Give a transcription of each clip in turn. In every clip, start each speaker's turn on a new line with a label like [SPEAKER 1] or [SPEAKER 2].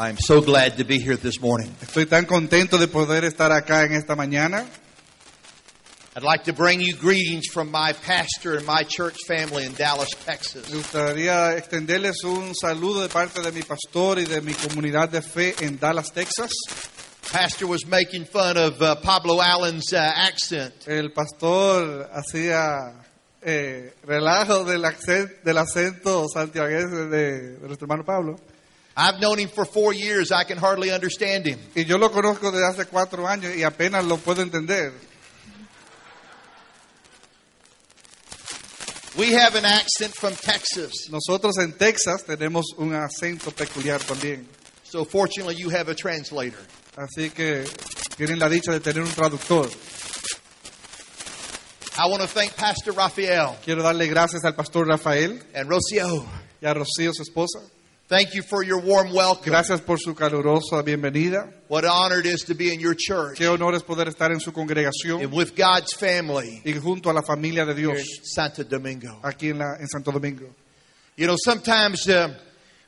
[SPEAKER 1] I'm so glad to be here this morning.
[SPEAKER 2] Estoy tan contento de poder estar acá en esta mañana.
[SPEAKER 1] I'd like to bring you greetings from my pastor and my church family in Dallas,
[SPEAKER 2] Me
[SPEAKER 1] Texas.
[SPEAKER 2] gustaría extenderles un saludo de parte de mi pastor y de mi comunidad de fe en Dallas, Texas.
[SPEAKER 1] Pastor was making fun of uh, Pablo Allen's uh, accent.
[SPEAKER 2] El pastor hacía eh, relajo del, accent- del acento santiaguense de, de nuestro hermano Pablo.
[SPEAKER 1] I've known him for four years. I can hardly understand him.
[SPEAKER 2] Y yo lo conozco desde hace cuatro años y apenas lo puedo entender.
[SPEAKER 1] We have an accent from Texas.
[SPEAKER 2] Nosotros en Texas tenemos un acento peculiar también.
[SPEAKER 1] So fortunately, you have a translator.
[SPEAKER 2] Así que tienen la dicha de tener un traductor.
[SPEAKER 1] I want to thank Pastor Raphael
[SPEAKER 2] Quiero darle gracias al pastor Rafael
[SPEAKER 1] and Rocio.
[SPEAKER 2] y a Rocío, su esposa.
[SPEAKER 1] Thank you for your warm welcome.
[SPEAKER 2] Gracias por su calurosa bienvenida.
[SPEAKER 1] What an honor it is to be in your church
[SPEAKER 2] Qué honor es poder estar en su
[SPEAKER 1] and
[SPEAKER 2] congregación
[SPEAKER 1] with God's family
[SPEAKER 2] y junto a la familia de
[SPEAKER 1] here in
[SPEAKER 2] Dios
[SPEAKER 1] Santo Domingo.
[SPEAKER 2] aquí en, la- en Santo Domingo.
[SPEAKER 1] You know, sometimes uh,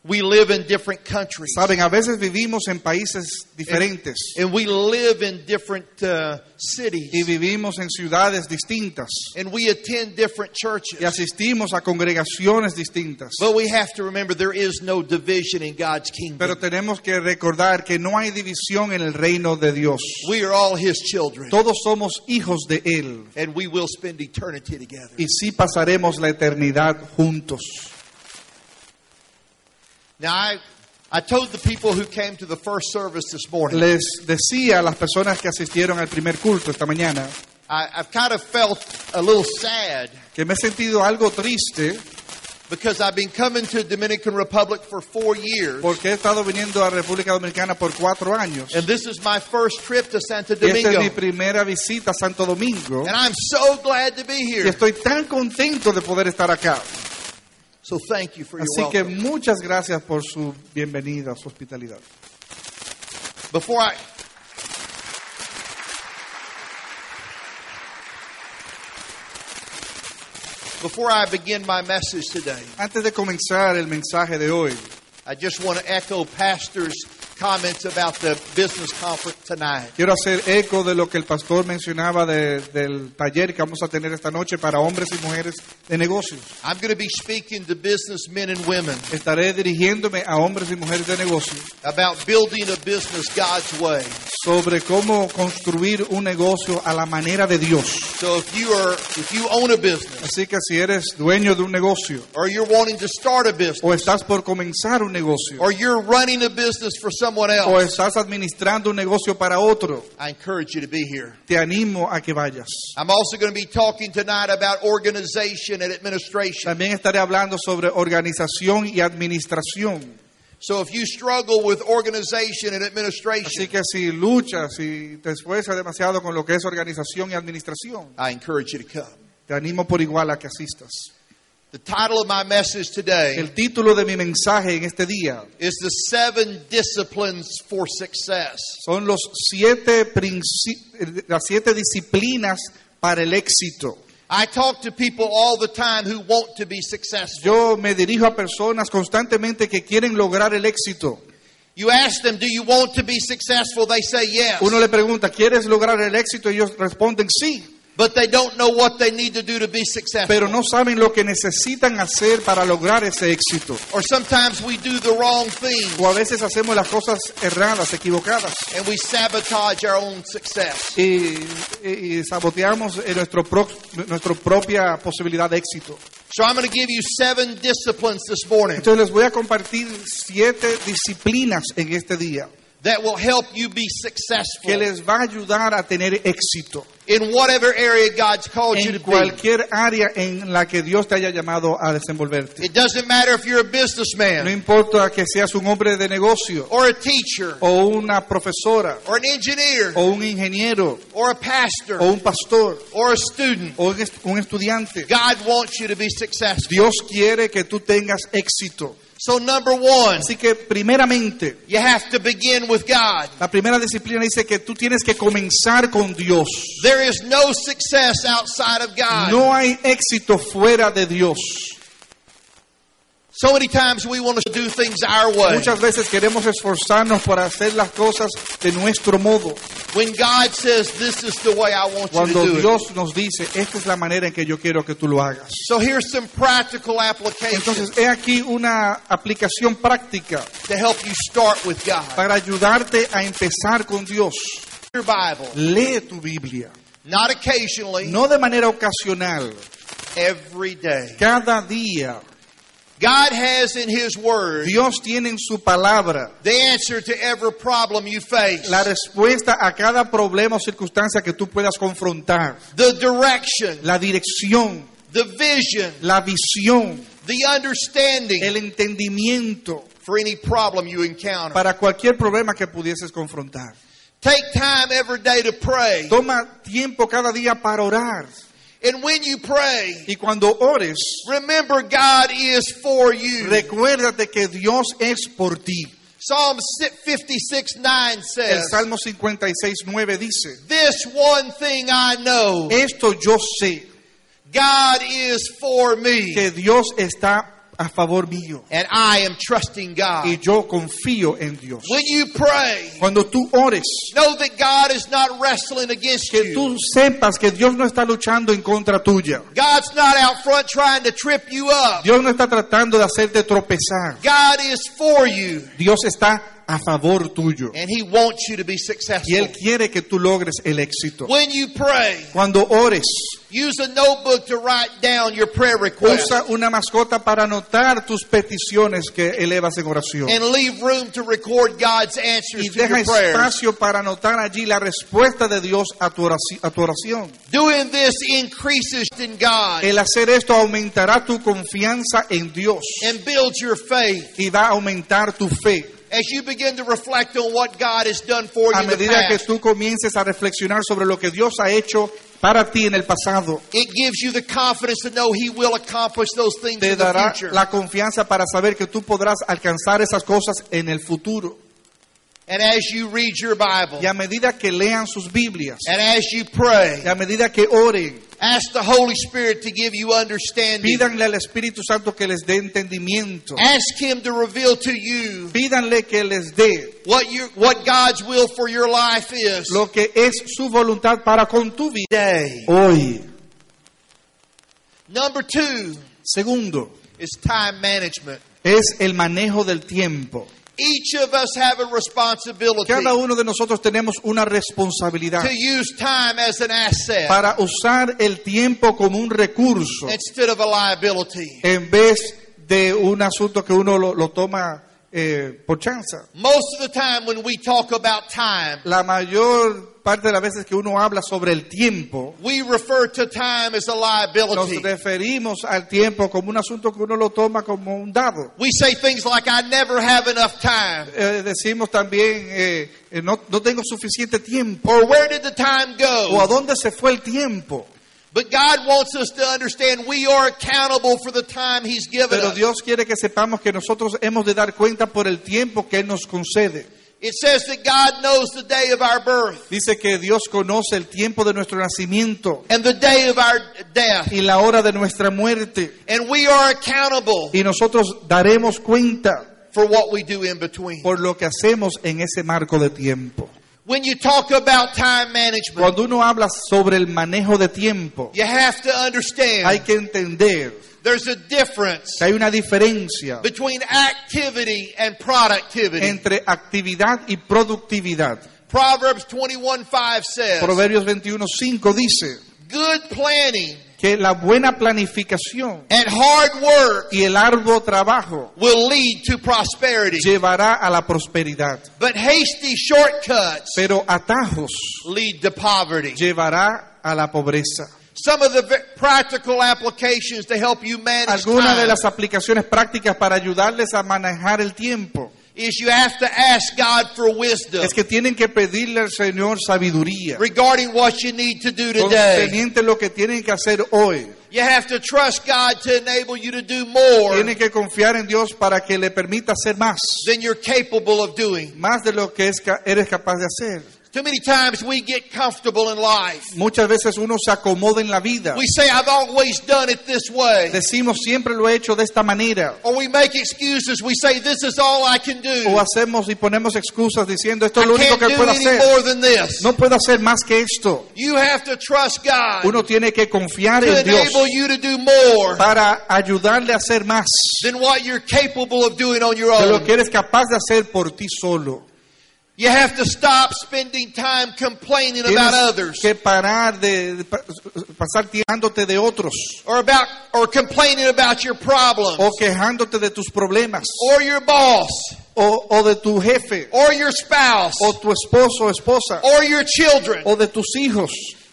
[SPEAKER 1] we live in different countries
[SPEAKER 2] Saben, a veces vivimos en países diferentes
[SPEAKER 1] and we live in different uh,
[SPEAKER 2] y
[SPEAKER 1] cities
[SPEAKER 2] vivimos en ciudades distintas
[SPEAKER 1] and we attend different
[SPEAKER 2] y
[SPEAKER 1] churches.
[SPEAKER 2] asistimos a congregaciones distintas.
[SPEAKER 1] But we have to remember there is no division in God's
[SPEAKER 2] Pero
[SPEAKER 1] kingdom.
[SPEAKER 2] tenemos que recordar que no hay división en el reino de Dios.
[SPEAKER 1] We are all His children
[SPEAKER 2] Todos somos hijos de Él
[SPEAKER 1] and we will spend eternity together.
[SPEAKER 2] y sí pasaremos la eternidad juntos.
[SPEAKER 1] Now, I, I told the people who came to the first service this morning,
[SPEAKER 2] Les decía a las personas que asistieron al primer culto esta mañana
[SPEAKER 1] I, I've kind of felt a little sad
[SPEAKER 2] que me he sentido algo triste
[SPEAKER 1] because I've been coming to Dominican Republic for four years.
[SPEAKER 2] porque he estado viniendo a República Dominicana por cuatro años.
[SPEAKER 1] And this is my first trip to Santo
[SPEAKER 2] Y esta es mi
[SPEAKER 1] Domingo.
[SPEAKER 2] primera visita a Santo Domingo.
[SPEAKER 1] And I'm so glad to be
[SPEAKER 2] Y
[SPEAKER 1] here.
[SPEAKER 2] estoy tan contento de poder estar acá.
[SPEAKER 1] So thank you for your
[SPEAKER 2] Así que
[SPEAKER 1] welcome.
[SPEAKER 2] muchas gracias por su bienvenida, su hospitalidad.
[SPEAKER 1] Before I Before I begin my message today,
[SPEAKER 2] Antes de comenzar el mensaje de hoy,
[SPEAKER 1] I just want to echo Pastor's comments about the business conference tonight.
[SPEAKER 2] quiero hacer eco de lo que el pastor mencionaba de- del taller que vamos a tener esta noche para hombres y mujeres de negocios.
[SPEAKER 1] I'm going to be speaking to businessmen and women
[SPEAKER 2] Estaré dirigiéndome a hombres y mujeres de negocios
[SPEAKER 1] about building a business God's way.
[SPEAKER 2] sobre cómo construir un negocio a la manera de Dios.
[SPEAKER 1] So if you are if you own a business
[SPEAKER 2] Así que si eres dueño de un negocio
[SPEAKER 1] or you're wanting to start a business
[SPEAKER 2] o estás por comenzar un negocio
[SPEAKER 1] or you're running a business for someone
[SPEAKER 2] o
[SPEAKER 1] else,
[SPEAKER 2] estás administrando un negocio para otro,
[SPEAKER 1] I encourage you to be here.
[SPEAKER 2] te animo a que vayas.
[SPEAKER 1] I'm also going to be talking tonight about organization and administration.
[SPEAKER 2] También estaré hablando sobre organización y administración.
[SPEAKER 1] So if you struggle with organization and
[SPEAKER 2] Así
[SPEAKER 1] administration,
[SPEAKER 2] que si luchas y te esfuerzas demasiado con lo que es organización y administración,
[SPEAKER 1] I encourage you to come.
[SPEAKER 2] te animo por igual a que asistas.
[SPEAKER 1] The title of my message today
[SPEAKER 2] El título de mi mensaje en este día
[SPEAKER 1] is the seven disciplines for success.
[SPEAKER 2] son los siete princi- las siete disciplinas para el éxito.
[SPEAKER 1] I talk to people all the time who want to be successful.
[SPEAKER 2] Yo me dirijo a personas constantemente que quieren lograr el éxito.
[SPEAKER 1] You ask them, "Do you want to be successful?" They say yes,
[SPEAKER 2] Uno le pregunta, ¿quieres lograr el éxito? Y ellos responden sí,
[SPEAKER 1] but they don't know what they need to do to be successful.
[SPEAKER 2] pero no saben lo que necesitan hacer para lograr ese éxito.
[SPEAKER 1] Or sometimes we do the wrong thing
[SPEAKER 2] O a veces hacemos las cosas erradas, equivocadas,
[SPEAKER 1] and we sabotage our own success.
[SPEAKER 2] y, y- y saboteamos eh, nuestro pro- nuestra propia posibilidad de éxito.
[SPEAKER 1] So I'm going to give you seven disciplines this morning
[SPEAKER 2] Entonces les voy a compartir siete disciplinas en este día
[SPEAKER 1] that will help you be
[SPEAKER 2] que
[SPEAKER 1] successful.
[SPEAKER 2] les va a ayudar a tener éxito.
[SPEAKER 1] in whatever area God's called you to be.
[SPEAKER 2] en cualquier área en la que Dios te haya llamado a desenvolverte.
[SPEAKER 1] It doesn't matter if you're a
[SPEAKER 2] No
[SPEAKER 1] businessman
[SPEAKER 2] importa que seas un hombre de negocio
[SPEAKER 1] or a teacher
[SPEAKER 2] o una profesora
[SPEAKER 1] or an engineer
[SPEAKER 2] o un ingeniero
[SPEAKER 1] or a
[SPEAKER 2] o
[SPEAKER 1] pastor
[SPEAKER 2] un pastor
[SPEAKER 1] or a student.
[SPEAKER 2] o un est- un estudiante.
[SPEAKER 1] God wants you to be successful.
[SPEAKER 2] Dios quiere que tú tengas éxito.
[SPEAKER 1] So number one,
[SPEAKER 2] Así que primeramente,
[SPEAKER 1] you have to begin with God.
[SPEAKER 2] la primera disciplina dice que tú tienes que comenzar con Dios.
[SPEAKER 1] There is no success outside of God.
[SPEAKER 2] No hay éxito fuera de Dios.
[SPEAKER 1] So many times we want to do things our way.
[SPEAKER 2] Muchas veces queremos esforzarnos para hacer las cosas de nuestro modo.
[SPEAKER 1] When God says, This is the way I want you to
[SPEAKER 2] Cuando
[SPEAKER 1] do it.
[SPEAKER 2] Dios nos dice, esta es la manera en que yo quiero que tú lo hagas.
[SPEAKER 1] So here's some practical applications
[SPEAKER 2] Entonces, he aquí una aplicación práctica
[SPEAKER 1] to help you start with God.
[SPEAKER 2] para ayudarte a empezar con Dios.
[SPEAKER 1] Your Bible,
[SPEAKER 2] Lee tu Biblia,
[SPEAKER 1] not occasionally,
[SPEAKER 2] no de manera ocasional,
[SPEAKER 1] every day.
[SPEAKER 2] cada día.
[SPEAKER 1] God has in His Word
[SPEAKER 2] Dios tiene en su palabra
[SPEAKER 1] the answer to every problem you face,
[SPEAKER 2] la respuesta a cada problema o circunstancia que tú puedas confrontar,
[SPEAKER 1] the direction,
[SPEAKER 2] la dirección,
[SPEAKER 1] the vision,
[SPEAKER 2] la visión,
[SPEAKER 1] the understanding
[SPEAKER 2] el entendimiento
[SPEAKER 1] for any problem you encounter.
[SPEAKER 2] para cualquier problema que pudieses confrontar.
[SPEAKER 1] Take time every day to pray.
[SPEAKER 2] Toma tiempo cada día para orar
[SPEAKER 1] And when you pray,
[SPEAKER 2] y cuando ores,
[SPEAKER 1] remember God is for you.
[SPEAKER 2] recuérdate que Dios es por ti.
[SPEAKER 1] Psalm 56 9
[SPEAKER 2] El
[SPEAKER 1] says,
[SPEAKER 2] Salmo 56, 9 dice,
[SPEAKER 1] This one thing I know
[SPEAKER 2] esto yo sé,
[SPEAKER 1] God is for me,
[SPEAKER 2] que Dios está a favor mío
[SPEAKER 1] and I am trusting
[SPEAKER 2] y
[SPEAKER 1] God.
[SPEAKER 2] yo confío en Dios.
[SPEAKER 1] When you pray,
[SPEAKER 2] Cuando tú ores,
[SPEAKER 1] know that God is not wrestling against
[SPEAKER 2] que
[SPEAKER 1] you.
[SPEAKER 2] tú sepas que Dios no está luchando en contra tuya.
[SPEAKER 1] God's not out front trying to trip you up.
[SPEAKER 2] Dios no está tratando de hacerte tropezar.
[SPEAKER 1] God is for you,
[SPEAKER 2] Dios está a favor tuyo.
[SPEAKER 1] and He wants you to be
[SPEAKER 2] Y
[SPEAKER 1] successful.
[SPEAKER 2] Él quiere que tú logres el éxito.
[SPEAKER 1] When you pray,
[SPEAKER 2] Cuando ores,
[SPEAKER 1] use a notebook to write down your prayer requests
[SPEAKER 2] usa una mascota para anotar tus peticiones que elevas en oración.
[SPEAKER 1] and leave room to record God's answers
[SPEAKER 2] Y
[SPEAKER 1] to
[SPEAKER 2] deja
[SPEAKER 1] your prayers.
[SPEAKER 2] espacio para anotar allí la respuesta de Dios a tu oraci- a tu oración.
[SPEAKER 1] Doing this increases in God
[SPEAKER 2] El hacer esto aumentará tu confianza en Dios
[SPEAKER 1] and builds your faith.
[SPEAKER 2] y va a aumentar tu fe.
[SPEAKER 1] As you begin to reflect on what God has done for you
[SPEAKER 2] a
[SPEAKER 1] in the
[SPEAKER 2] medida que
[SPEAKER 1] past,
[SPEAKER 2] tú comiences a reflexionar sobre lo que Dios ha hecho para ti en el pasado,
[SPEAKER 1] it gives you the confidence to know He will accomplish those things
[SPEAKER 2] te
[SPEAKER 1] in the
[SPEAKER 2] dará
[SPEAKER 1] future.
[SPEAKER 2] la confianza para saber que tú podrás alcanzar esas cosas en el futuro.
[SPEAKER 1] And as you read your Bible,
[SPEAKER 2] Y a medida que lean sus Biblias,
[SPEAKER 1] and as you pray,
[SPEAKER 2] y a medida que oren,
[SPEAKER 1] ask the Holy Spirit to give you understanding.
[SPEAKER 2] pídanle al Espíritu Santo que les dé entendimiento.
[SPEAKER 1] Ask Him to reveal to you
[SPEAKER 2] Pídanle que les dé
[SPEAKER 1] what you what God's will for your life is.
[SPEAKER 2] lo que es su voluntad para con tu vida
[SPEAKER 1] Today.
[SPEAKER 2] hoy.
[SPEAKER 1] Number two
[SPEAKER 2] Segundo,
[SPEAKER 1] is time management.
[SPEAKER 2] es el manejo del tiempo.
[SPEAKER 1] Each of us have a responsibility
[SPEAKER 2] Cada
[SPEAKER 1] to
[SPEAKER 2] uno de nosotros tenemos una responsabilidad.
[SPEAKER 1] use time as an asset
[SPEAKER 2] para usar el tiempo como un recurso
[SPEAKER 1] instead of a liability.
[SPEAKER 2] en vez de un asunto que uno lo, lo toma eh, por chance.
[SPEAKER 1] Most of the time when we talk about time,
[SPEAKER 2] La mayor parte de las veces que uno habla sobre el tiempo,
[SPEAKER 1] we refer to time as a
[SPEAKER 2] nos
[SPEAKER 1] liability.
[SPEAKER 2] referimos al tiempo como un asunto que uno lo toma como un dado.
[SPEAKER 1] We say things like, I never have enough time.
[SPEAKER 2] Eh, decimos también, eh, eh, no, no tengo suficiente tiempo.
[SPEAKER 1] Or where did the time
[SPEAKER 2] ¿O a
[SPEAKER 1] go?
[SPEAKER 2] dónde se fue el tiempo?
[SPEAKER 1] But God wants us to understand we are accountable for the time He's given
[SPEAKER 2] Pero
[SPEAKER 1] us.
[SPEAKER 2] Dios quiere que sepamos que nosotros hemos de dar cuenta por el tiempo que Él nos concede.
[SPEAKER 1] It says that God knows the day of our birth
[SPEAKER 2] Dice que Dios conoce el tiempo de nuestro nacimiento
[SPEAKER 1] and the day of our death.
[SPEAKER 2] y la hora de nuestra muerte.
[SPEAKER 1] And we are accountable
[SPEAKER 2] Y nosotros daremos cuenta
[SPEAKER 1] for what we do in between.
[SPEAKER 2] por lo que hacemos en ese marco de tiempo.
[SPEAKER 1] When you talk about time management,
[SPEAKER 2] Cuando uno habla sobre el manejo de tiempo,
[SPEAKER 1] you have to
[SPEAKER 2] hay
[SPEAKER 1] understand
[SPEAKER 2] que entender
[SPEAKER 1] there's a difference
[SPEAKER 2] que hay una diferencia
[SPEAKER 1] between activity and productivity.
[SPEAKER 2] entre actividad y productividad.
[SPEAKER 1] Proverbs 21:5 says,
[SPEAKER 2] Proverbios 21.5 dice
[SPEAKER 1] "Good planning
[SPEAKER 2] que la buena planificación
[SPEAKER 1] and hard work
[SPEAKER 2] y el arduo trabajo
[SPEAKER 1] will lead to prosperity,
[SPEAKER 2] llevará a la prosperidad,
[SPEAKER 1] but hasty shortcuts
[SPEAKER 2] pero atajos
[SPEAKER 1] lead to poverty."
[SPEAKER 2] llevará a la pobreza.
[SPEAKER 1] Some of the ve- practical applications to help you manage
[SPEAKER 2] Algunas de
[SPEAKER 1] time
[SPEAKER 2] las aplicaciones prácticas para ayudarles a manejar el tiempo
[SPEAKER 1] is you have to ask God for wisdom
[SPEAKER 2] es que tienen que pedirle al Señor sabiduría.
[SPEAKER 1] regarding what you need to do today.
[SPEAKER 2] Concerniente lo que tienen que hacer hoy.
[SPEAKER 1] You have to trust God to enable you to do more
[SPEAKER 2] Tienen que confiar en Dios para que le permita hacer más,
[SPEAKER 1] than you're capable of doing.
[SPEAKER 2] más de lo que es ca- eres capaz de hacer.
[SPEAKER 1] Too many times we get comfortable in life.
[SPEAKER 2] Muchas veces uno se acomoda en la vida.
[SPEAKER 1] We say, I've always done it this way.
[SPEAKER 2] Decimos siempre lo he hecho de esta manera.
[SPEAKER 1] Or we make excuses. We say, this is all I can do.
[SPEAKER 2] O hacemos y ponemos excusas diciendo
[SPEAKER 1] I
[SPEAKER 2] esto es lo único
[SPEAKER 1] can't
[SPEAKER 2] que
[SPEAKER 1] do
[SPEAKER 2] puedo
[SPEAKER 1] any
[SPEAKER 2] hacer.
[SPEAKER 1] more than this.
[SPEAKER 2] No puedo hacer más que esto.
[SPEAKER 1] You have to trust God
[SPEAKER 2] Uno tiene que confiar
[SPEAKER 1] to
[SPEAKER 2] en Dios
[SPEAKER 1] enable you to do more
[SPEAKER 2] para ayudarle a hacer más
[SPEAKER 1] than what you're capable of doing on your
[SPEAKER 2] de lo
[SPEAKER 1] own.
[SPEAKER 2] que eres capaz de hacer por ti solo.
[SPEAKER 1] You have to stop spending time complaining about
[SPEAKER 2] Tienes
[SPEAKER 1] others
[SPEAKER 2] que parar de, de pa- pasar tirándote de otros
[SPEAKER 1] or about or complaining about your problems
[SPEAKER 2] o quejándote de tus problemas
[SPEAKER 1] or your boss
[SPEAKER 2] o, o de tu jefe
[SPEAKER 1] or your spouse
[SPEAKER 2] o tu esposo o esposa
[SPEAKER 1] or your children.
[SPEAKER 2] o de tus hijos.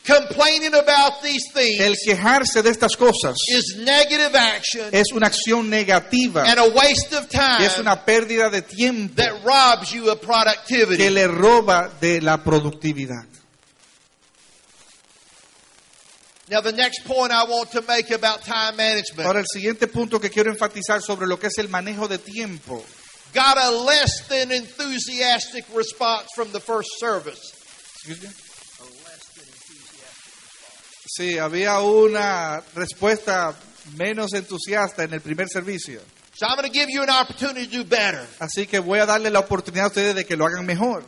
[SPEAKER 1] Complaining about these
[SPEAKER 2] El
[SPEAKER 1] things
[SPEAKER 2] quejarse de estas cosas
[SPEAKER 1] is negative action
[SPEAKER 2] es una acción negativa
[SPEAKER 1] and a waste of
[SPEAKER 2] y es
[SPEAKER 1] time
[SPEAKER 2] una pérdida de tiempo
[SPEAKER 1] that robs you of
[SPEAKER 2] que
[SPEAKER 1] productivity.
[SPEAKER 2] le roba de la productividad.
[SPEAKER 1] Now, the next point I want to make about time management
[SPEAKER 2] Ahora, el siguiente punto que quiero enfatizar sobre lo que es el manejo de tiempo.
[SPEAKER 1] got a less than enthusiastic response from the first service.
[SPEAKER 2] Sí, había una respuesta menos entusiasta en el primer servicio.
[SPEAKER 1] So, I'm going to give you an opportunity to do better.
[SPEAKER 2] Así que voy a darle la oportunidad a ustedes de que lo hagan mejor.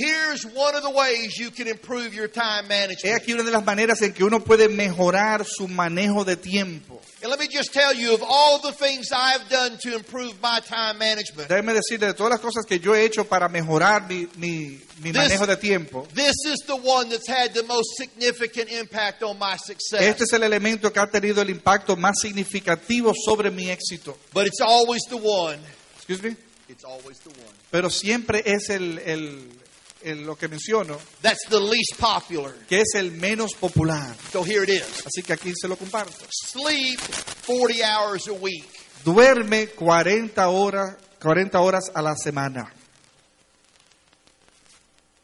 [SPEAKER 1] Here's one of the ways you can improve your time
[SPEAKER 2] He
[SPEAKER 1] management.
[SPEAKER 2] aquí una de las maneras en que uno puede mejorar su manejo de tiempo.
[SPEAKER 1] And let me just tell you of all the things I've done to improve my time management,
[SPEAKER 2] Déjeme decirle de todas las cosas que yo he hecho para mejorar mi, mi- mi
[SPEAKER 1] This-
[SPEAKER 2] manejo de tiempo.
[SPEAKER 1] this is the one that's had the most significant impact on my
[SPEAKER 2] Este
[SPEAKER 1] success.
[SPEAKER 2] es el elemento que ha tenido el impacto más significativo sobre mi éxito.
[SPEAKER 1] But it's always the one.
[SPEAKER 2] Excuse me.
[SPEAKER 1] It's always the one.
[SPEAKER 2] Pero siempre es el- el- el, lo que menciono,
[SPEAKER 1] That's the least popular.
[SPEAKER 2] que es el menos popular.
[SPEAKER 1] So here it is.
[SPEAKER 2] Así que aquí se lo comparto.
[SPEAKER 1] Sleep 40 hours a week.
[SPEAKER 2] Duerme 40 horas, 40 horas a la semana.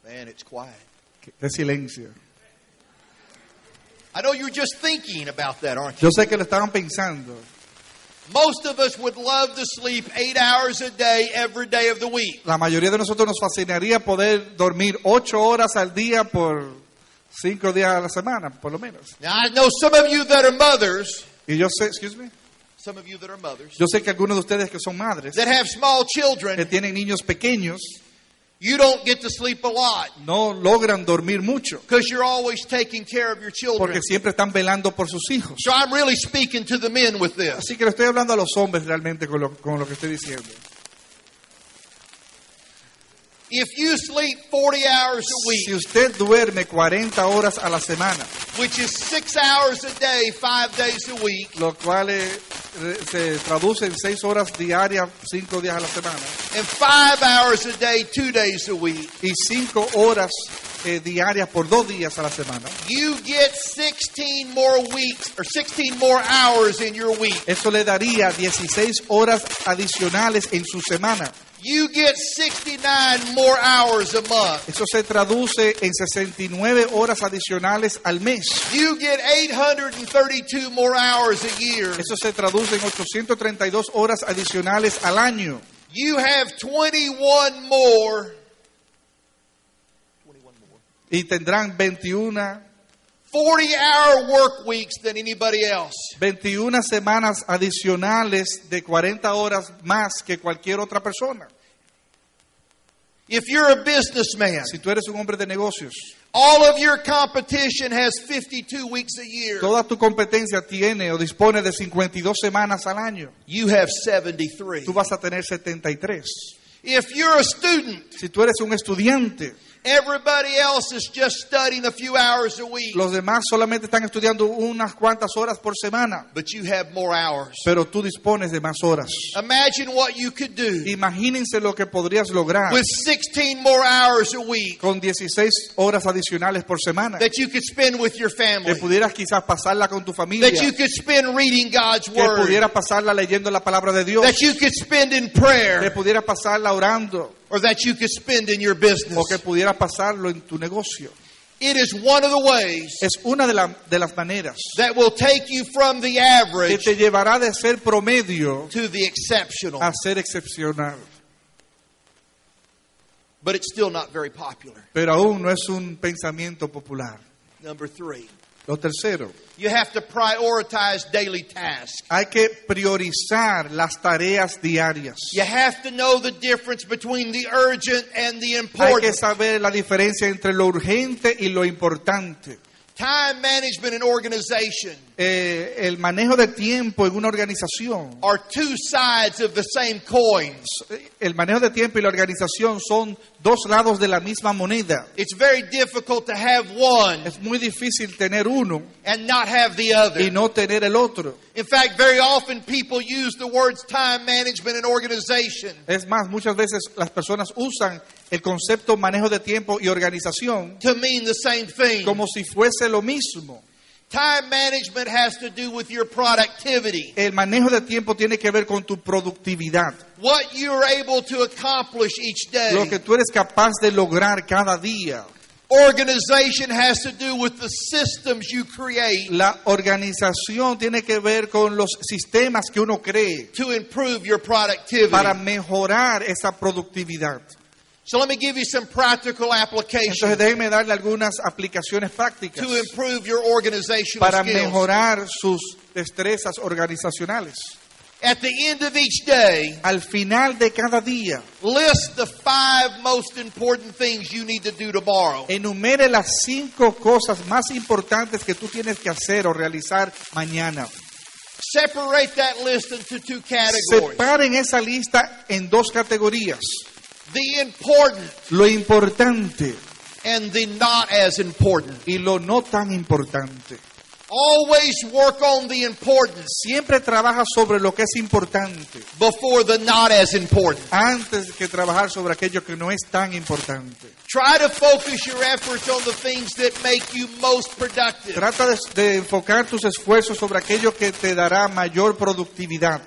[SPEAKER 1] Man, it's quiet.
[SPEAKER 2] De silencio.
[SPEAKER 1] I know you're just thinking about that, aren't you?
[SPEAKER 2] Yo sé que lo estaban pensando.
[SPEAKER 1] Most of us would love to sleep 8 hours a day every day of the week.
[SPEAKER 2] La mayoría de nosotros nos fascinaría poder dormir 8 horas al día por 5 días a la semana, por lo menos.
[SPEAKER 1] Now, I know some of you that are mothers,
[SPEAKER 2] Y yo sé, excuse me,
[SPEAKER 1] some of you that are mothers,
[SPEAKER 2] yo sé que algunos de ustedes que son madres,
[SPEAKER 1] that have small
[SPEAKER 2] que
[SPEAKER 1] children,
[SPEAKER 2] tienen niños pequeños,
[SPEAKER 1] you don't get to sleep a lot
[SPEAKER 2] no logran dormir mucho
[SPEAKER 1] because you're always taking care of your children.
[SPEAKER 2] porque siempre están velando por sus hijos.
[SPEAKER 1] So I'm really speaking to the men with this.
[SPEAKER 2] Así que le estoy hablando a los hombres realmente con lo, con lo que estoy diciendo.
[SPEAKER 1] If you sleep 40 hours a
[SPEAKER 2] Si
[SPEAKER 1] week,
[SPEAKER 2] usted duerme 40 horas a la semana,
[SPEAKER 1] which is 6 hours a day, 5 days a week,
[SPEAKER 2] lo cual eh, re- se traduce en 6 horas diarias, 5 días a la semana,
[SPEAKER 1] and five hours a day, two days a week,
[SPEAKER 2] y 5 horas eh, diarias por 2 días a la semana,
[SPEAKER 1] you get 16 more weeks or 16 more hours in your week.
[SPEAKER 2] eso le daría 16 horas adicionales en su semana.
[SPEAKER 1] You get 69 more hours a month.
[SPEAKER 2] Eso se traduce en 69 horas adicionales al mes.
[SPEAKER 1] You get 832 more hours a year.
[SPEAKER 2] Eso se traduce en 832 horas adicionales al año.
[SPEAKER 1] You have 21 more
[SPEAKER 2] Y tendrán 21
[SPEAKER 1] 40 hour work weeks than anybody else.
[SPEAKER 2] 21 semanas adicionales de 40 horas más que cualquier otra persona.
[SPEAKER 1] If you're a businessman,
[SPEAKER 2] Si tú eres un hombre de negocios,
[SPEAKER 1] all of your competition has 52 weeks a year.
[SPEAKER 2] toda tu competencia tiene o dispone de 52 semanas al año.
[SPEAKER 1] You have 73.
[SPEAKER 2] Tú vas a tener 73.
[SPEAKER 1] If you're a student,
[SPEAKER 2] Si tú eres un estudiante,
[SPEAKER 1] Everybody else is just studying a few hours a week,
[SPEAKER 2] Los demás solamente están estudiando unas cuantas horas por semana,
[SPEAKER 1] but you have more hours.
[SPEAKER 2] pero tú dispones de más horas.
[SPEAKER 1] Imagine what you could do
[SPEAKER 2] Imagínense lo que podrías lograr
[SPEAKER 1] with 16 more hours a week
[SPEAKER 2] con 16 horas adicionales por semana,
[SPEAKER 1] that you could spend with your
[SPEAKER 2] que
[SPEAKER 1] family,
[SPEAKER 2] pudieras quizás pasarla con tu familia,
[SPEAKER 1] that you
[SPEAKER 2] que
[SPEAKER 1] could spend reading God's Word,
[SPEAKER 2] pudieras pasarla leyendo la palabra de Dios,
[SPEAKER 1] that you could spend in
[SPEAKER 2] que
[SPEAKER 1] prayer,
[SPEAKER 2] pudieras pasarla orando
[SPEAKER 1] or that you could spend in your
[SPEAKER 2] o que
[SPEAKER 1] business.
[SPEAKER 2] pudieras pasarlo en tu negocio.
[SPEAKER 1] It is one of the ways
[SPEAKER 2] Es una de, la- de las maneras
[SPEAKER 1] that will take you from the
[SPEAKER 2] que
[SPEAKER 1] average
[SPEAKER 2] te llevará de ser promedio
[SPEAKER 1] to the exceptional,
[SPEAKER 2] a ser excepcional,
[SPEAKER 1] but it's still not very popular.
[SPEAKER 2] pero aún no es un pensamiento popular.
[SPEAKER 1] Number three,
[SPEAKER 2] Lo tercero,
[SPEAKER 1] you have to prioritize daily tasks.
[SPEAKER 2] hay que priorizar las tareas diarias.
[SPEAKER 1] You have to know the difference between the urgent and the
[SPEAKER 2] Hay que
[SPEAKER 1] important.
[SPEAKER 2] saber la diferencia entre lo urgente y lo importante.
[SPEAKER 1] Time management and organization
[SPEAKER 2] Eh, el manejo de tiempo en una organización,
[SPEAKER 1] are two sides of the same coin.
[SPEAKER 2] el manejo de tiempo y la organización son dos lados de la misma moneda.
[SPEAKER 1] It's very difficult to have one
[SPEAKER 2] Es muy difícil tener uno
[SPEAKER 1] and not have the other.
[SPEAKER 2] y no tener el otro.
[SPEAKER 1] In fact, very often people use the words time management and organization
[SPEAKER 2] Es más, muchas veces las personas usan el concepto manejo de tiempo y organización
[SPEAKER 1] to mean the same thing.
[SPEAKER 2] como si fuese lo mismo.
[SPEAKER 1] Time management has to do with your productivity,
[SPEAKER 2] El manejo de tiempo tiene que ver con tu productividad,
[SPEAKER 1] what you're able to accomplish each
[SPEAKER 2] lo
[SPEAKER 1] day.
[SPEAKER 2] que tú eres capaz de lograr cada día.
[SPEAKER 1] Organization has to do with the systems you create
[SPEAKER 2] La organización tiene que ver con los sistemas que uno cree
[SPEAKER 1] to improve your productivity.
[SPEAKER 2] para mejorar esa productividad.
[SPEAKER 1] So let me give you some practical
[SPEAKER 2] Entonces
[SPEAKER 1] applications
[SPEAKER 2] déjenme darle algunas aplicaciones prácticas
[SPEAKER 1] to improve your organizational
[SPEAKER 2] para
[SPEAKER 1] skills.
[SPEAKER 2] mejorar sus destrezas organizacionales.
[SPEAKER 1] At the end of each day,
[SPEAKER 2] Al final de cada día,
[SPEAKER 1] list the five most important things you need to do tomorrow.
[SPEAKER 2] enumere las cinco cosas más importantes que tú tienes que hacer o realizar mañana.
[SPEAKER 1] Separate that list into two categories.
[SPEAKER 2] Separen esa lista en dos categorías.
[SPEAKER 1] The important
[SPEAKER 2] Lo importante
[SPEAKER 1] and the not as important.
[SPEAKER 2] y lo no tan importante.
[SPEAKER 1] Always work on the important
[SPEAKER 2] Siempre trabaja sobre lo que es importante
[SPEAKER 1] before the not as important.
[SPEAKER 2] antes que trabajar sobre aquello que no es tan importante.
[SPEAKER 1] Try to focus your efforts on the things that make you most productive.
[SPEAKER 2] Trata de, de enfocar tus esfuerzos sobre aquello que te dará mayor productividad,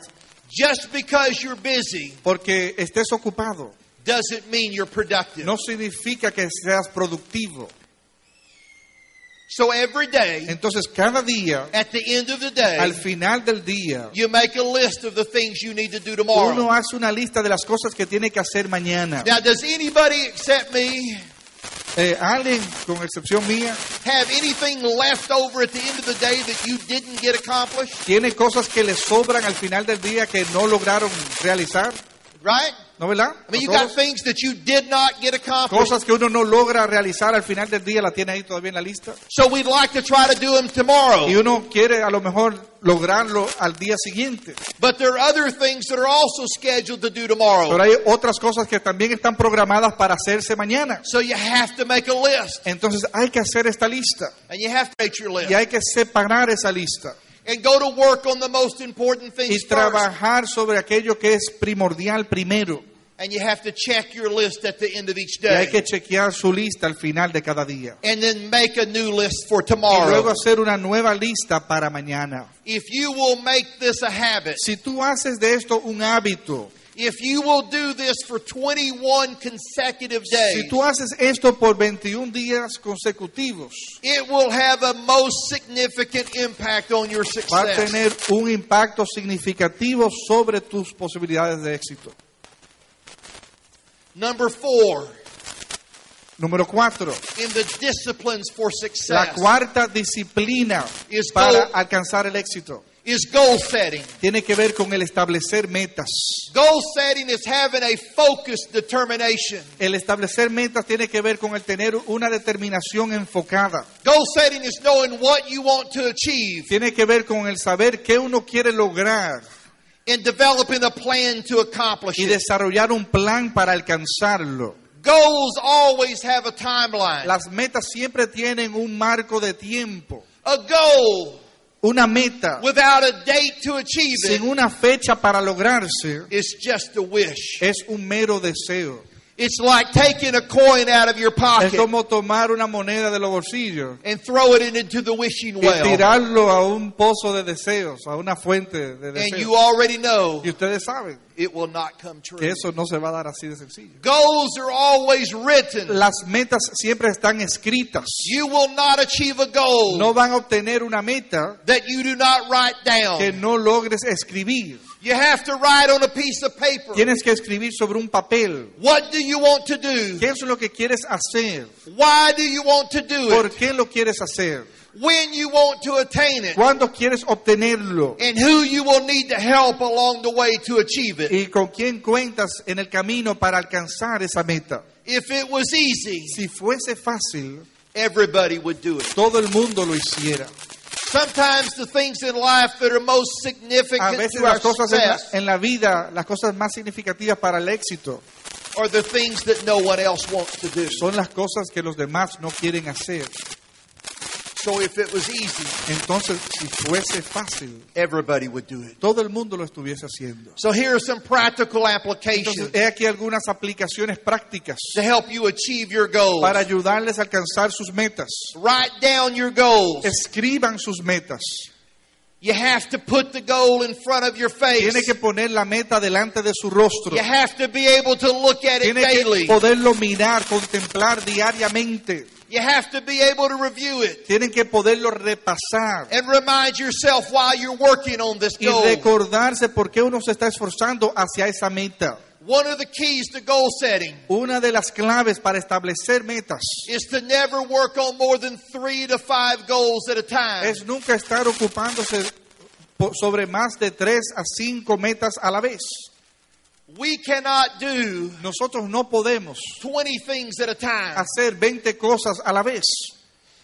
[SPEAKER 1] Just because you're busy
[SPEAKER 2] porque estés ocupado
[SPEAKER 1] doesn't mean you're productive.
[SPEAKER 2] no significa que seas productivo.
[SPEAKER 1] So every day,
[SPEAKER 2] Entonces cada día,
[SPEAKER 1] at the end of the day,
[SPEAKER 2] al final del día,
[SPEAKER 1] you make a list of the things you need to do
[SPEAKER 2] uno
[SPEAKER 1] tomorrow.
[SPEAKER 2] hace una lista de las cosas que tiene que hacer mañana.
[SPEAKER 1] Now, does anybody except me
[SPEAKER 2] Eh, alguien, con excepción mía,
[SPEAKER 1] have anything left over at the end of the day that you didn't get accomplished?
[SPEAKER 2] tiene cosas que le sobran al final del día que no lograron realizar,
[SPEAKER 1] Right?
[SPEAKER 2] ¿no verdad?
[SPEAKER 1] I mean, you
[SPEAKER 2] ¿No todos?
[SPEAKER 1] got things that you did not get accomplished.
[SPEAKER 2] Cosas que uno no logra realizar al final del día, la tiene ahí todavía en la lista.
[SPEAKER 1] So we'd like to try to do them
[SPEAKER 2] Y
[SPEAKER 1] tomorrow.
[SPEAKER 2] uno quiere a lo mejor lograrlo al día siguiente.
[SPEAKER 1] But there are other things that are also scheduled to do tomorrow.
[SPEAKER 2] Pero hay otras cosas que también están programadas para hacerse mañana.
[SPEAKER 1] So you have to make a list.
[SPEAKER 2] Entonces hay que hacer esta lista
[SPEAKER 1] And you have to make your
[SPEAKER 2] y
[SPEAKER 1] list.
[SPEAKER 2] hay que separar esa lista
[SPEAKER 1] And go to work on the most important
[SPEAKER 2] y
[SPEAKER 1] things first.
[SPEAKER 2] trabajar sobre aquello que es primordial primero.
[SPEAKER 1] And you have to check your list at the end of each
[SPEAKER 2] Y hay
[SPEAKER 1] day.
[SPEAKER 2] que chequear su lista al final de cada día.
[SPEAKER 1] And then make a new list for
[SPEAKER 2] Y luego
[SPEAKER 1] tomorrow.
[SPEAKER 2] hacer una nueva lista para mañana.
[SPEAKER 1] If you will make this a habit,
[SPEAKER 2] Si tú haces de esto un hábito,
[SPEAKER 1] if you will do this for 21 consecutive
[SPEAKER 2] si
[SPEAKER 1] days,
[SPEAKER 2] tú haces esto por 21 días consecutivos,
[SPEAKER 1] it will have a most significant impact on your
[SPEAKER 2] va a
[SPEAKER 1] success.
[SPEAKER 2] tener un impacto significativo sobre tus posibilidades de éxito.
[SPEAKER 1] Number four,
[SPEAKER 2] Número cuatro,
[SPEAKER 1] in the disciplines for
[SPEAKER 2] la
[SPEAKER 1] success
[SPEAKER 2] cuarta disciplina
[SPEAKER 1] Is
[SPEAKER 2] para
[SPEAKER 1] goal-
[SPEAKER 2] alcanzar el éxito
[SPEAKER 1] is goal setting.
[SPEAKER 2] tiene que ver con el establecer metas.
[SPEAKER 1] Goal setting is having a focused determination.
[SPEAKER 2] El establecer metas tiene que ver con el tener una determinación enfocada.
[SPEAKER 1] Goal setting is knowing what you want to achieve
[SPEAKER 2] Tiene que ver con el saber qué uno quiere lograr
[SPEAKER 1] and developing a plan to accomplish
[SPEAKER 2] y
[SPEAKER 1] it.
[SPEAKER 2] desarrollar un plan para alcanzarlo.
[SPEAKER 1] Goals always have a timeline.
[SPEAKER 2] Las metas siempre tienen un marco de tiempo.
[SPEAKER 1] A goal
[SPEAKER 2] Una meta
[SPEAKER 1] without a date to achieve
[SPEAKER 2] sin
[SPEAKER 1] it
[SPEAKER 2] una fecha para lograrse
[SPEAKER 1] is just a wish.
[SPEAKER 2] es un mero deseo.
[SPEAKER 1] It's like taking a coin out of your
[SPEAKER 2] Es
[SPEAKER 1] pocket
[SPEAKER 2] como tomar una moneda de los bolsillos
[SPEAKER 1] and throw it into the wishing
[SPEAKER 2] y
[SPEAKER 1] well.
[SPEAKER 2] tirarlo a un pozo de deseos, a una fuente de
[SPEAKER 1] And you
[SPEAKER 2] deseos.
[SPEAKER 1] already know
[SPEAKER 2] Y ustedes saben
[SPEAKER 1] it will not come true.
[SPEAKER 2] que eso no se va a dar así de sencillo.
[SPEAKER 1] Goals are always written.
[SPEAKER 2] Las metas siempre están escritas.
[SPEAKER 1] You will not achieve a goal
[SPEAKER 2] No van a obtener una meta
[SPEAKER 1] that you do not write
[SPEAKER 2] que
[SPEAKER 1] down.
[SPEAKER 2] no logres escribir.
[SPEAKER 1] You have to write on a piece of paper.
[SPEAKER 2] Tienes que escribir sobre un papel.
[SPEAKER 1] What do you want to do?
[SPEAKER 2] ¿Qué es lo que quieres hacer?
[SPEAKER 1] Why do you want to do
[SPEAKER 2] ¿Por
[SPEAKER 1] it?
[SPEAKER 2] qué lo quieres hacer?
[SPEAKER 1] When you want to attain it?
[SPEAKER 2] ¿Cuándo quieres obtenerlo?
[SPEAKER 1] And who you will need to help along the way to achieve it.
[SPEAKER 2] ¿Y con quién cuentas en el camino para alcanzar esa meta?
[SPEAKER 1] If it was easy,
[SPEAKER 2] Si fuese fácil,
[SPEAKER 1] everybody would do it.
[SPEAKER 2] todo el mundo lo hiciera.
[SPEAKER 1] Sometimes the things in life that are most
[SPEAKER 2] A
[SPEAKER 1] significant
[SPEAKER 2] veces
[SPEAKER 1] to our
[SPEAKER 2] las cosas en la,
[SPEAKER 1] success
[SPEAKER 2] en la vida, las cosas más significativas para el éxito,
[SPEAKER 1] are the things that no one else wants to do.
[SPEAKER 2] son las cosas que los demás no quieren hacer.
[SPEAKER 1] So if it was easy,
[SPEAKER 2] Entonces, si fuese fácil,
[SPEAKER 1] everybody would do it.
[SPEAKER 2] todo el mundo lo estuviese haciendo.
[SPEAKER 1] So here are some practical applications
[SPEAKER 2] Entonces, he aquí algunas aplicaciones prácticas
[SPEAKER 1] to help you achieve your goals.
[SPEAKER 2] para ayudarles a alcanzar sus metas.
[SPEAKER 1] Write down your goals.
[SPEAKER 2] Escriban sus metas.
[SPEAKER 1] You have to put the goal in front of your face.
[SPEAKER 2] Tiene que poner la meta delante de su rostro.
[SPEAKER 1] You have to be able to look at it
[SPEAKER 2] Tiene que
[SPEAKER 1] daily.
[SPEAKER 2] poderlo mirar, contemplar diariamente.
[SPEAKER 1] You have to be able to review it
[SPEAKER 2] Tienen que poderlo repasar
[SPEAKER 1] and remind yourself while you're working on this
[SPEAKER 2] y
[SPEAKER 1] goal.
[SPEAKER 2] recordarse por qué uno se está esforzando hacia esa meta.
[SPEAKER 1] One of the keys to goal setting
[SPEAKER 2] Una de las claves para establecer metas
[SPEAKER 1] is to never work on more than three to five goals at a time.
[SPEAKER 2] es nunca estar ocupándose po- sobre más de tres a cinco metas a la vez.
[SPEAKER 1] We cannot do
[SPEAKER 2] Nosotros no podemos
[SPEAKER 1] 20 things at a time.
[SPEAKER 2] hacer 20 cosas a la vez.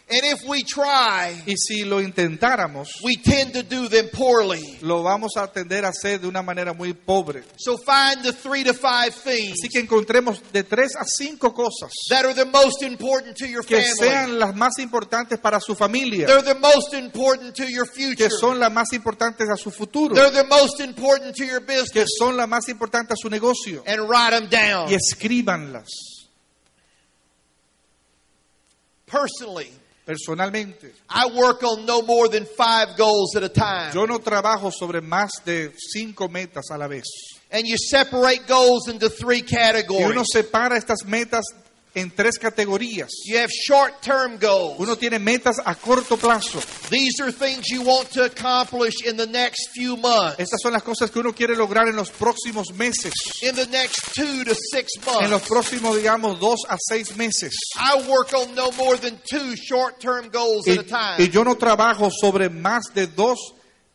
[SPEAKER 1] And if we try,
[SPEAKER 2] Y si lo intentáramos,
[SPEAKER 1] we tend to do them poorly.
[SPEAKER 2] lo vamos a tender a hacer de una manera muy pobre.
[SPEAKER 1] So find the three to five things
[SPEAKER 2] Así que encontremos de tres a cinco cosas
[SPEAKER 1] that are the most important to your
[SPEAKER 2] que
[SPEAKER 1] family.
[SPEAKER 2] sean las más importantes para su familia,
[SPEAKER 1] They're the most important to your future.
[SPEAKER 2] que son las más importantes a su futuro,
[SPEAKER 1] They're the most important to your
[SPEAKER 2] que
[SPEAKER 1] business.
[SPEAKER 2] son las más importantes a su negocio.
[SPEAKER 1] And write them down.
[SPEAKER 2] Y escríbanlas
[SPEAKER 1] Personally,
[SPEAKER 2] personalmente.
[SPEAKER 1] I work on no more than five goals at a time.
[SPEAKER 2] Yo no trabajo sobre más de cinco metas a la vez.
[SPEAKER 1] And you separate goals into three
[SPEAKER 2] Y uno
[SPEAKER 1] categories.
[SPEAKER 2] separa estas metas en tres categorías.
[SPEAKER 1] You have short term goals.
[SPEAKER 2] Uno tiene metas a corto plazo.
[SPEAKER 1] These are things you want to accomplish in the next few months,
[SPEAKER 2] Estas son las cosas que uno quiere lograr en los próximos meses,
[SPEAKER 1] in the next two to six
[SPEAKER 2] en los
[SPEAKER 1] months.
[SPEAKER 2] próximos, digamos, dos a seis meses.
[SPEAKER 1] I work on no more than two short term goals
[SPEAKER 2] Y,
[SPEAKER 1] at a time.
[SPEAKER 2] y yo no trabajo sobre más de dos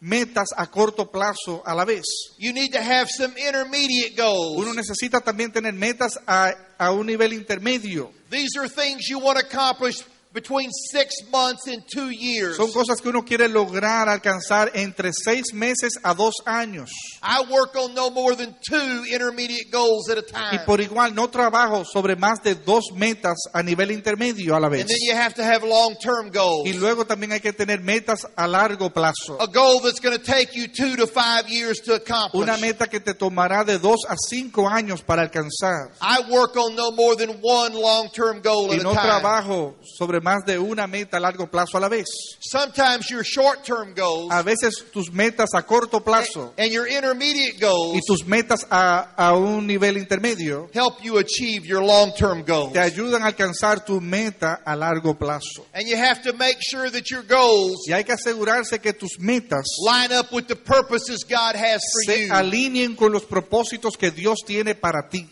[SPEAKER 2] metas a corto plazo a la vez.
[SPEAKER 1] You need to have some intermediate goals.
[SPEAKER 2] Uno necesita también tener metas a, a un nivel intermedio.
[SPEAKER 1] These are things you want to accomplish between six months and two years.
[SPEAKER 2] Son cosas que uno quiere lograr alcanzar entre seis meses a dos años.
[SPEAKER 1] I work on no more than two intermediate goals at a
[SPEAKER 2] Y
[SPEAKER 1] time.
[SPEAKER 2] por igual no trabajo sobre más de dos metas a nivel intermedio a la vez.
[SPEAKER 1] And then you have to have long term goals.
[SPEAKER 2] Y luego también hay que tener metas a largo plazo.
[SPEAKER 1] A goal that's going to take you two to five years to accomplish.
[SPEAKER 2] Una meta que te tomará de dos a cinco años para alcanzar.
[SPEAKER 1] I work on no more than one long term goal
[SPEAKER 2] Y
[SPEAKER 1] at
[SPEAKER 2] no
[SPEAKER 1] a time.
[SPEAKER 2] trabajo sobre más de una meta a largo plazo a la vez.
[SPEAKER 1] Sometimes your short term goals
[SPEAKER 2] A veces tus metas a corto plazo
[SPEAKER 1] and your intermediate
[SPEAKER 2] y
[SPEAKER 1] goals
[SPEAKER 2] tus metas a, a un nivel intermedio
[SPEAKER 1] help you achieve your long term goals.
[SPEAKER 2] te ayudan a alcanzar tu meta a largo plazo.
[SPEAKER 1] And you have to make sure that your goals
[SPEAKER 2] Y hay que asegurarse que tus metas
[SPEAKER 1] line up with the purposes God has for
[SPEAKER 2] se
[SPEAKER 1] you.
[SPEAKER 2] alineen con los propósitos que Dios tiene para ti.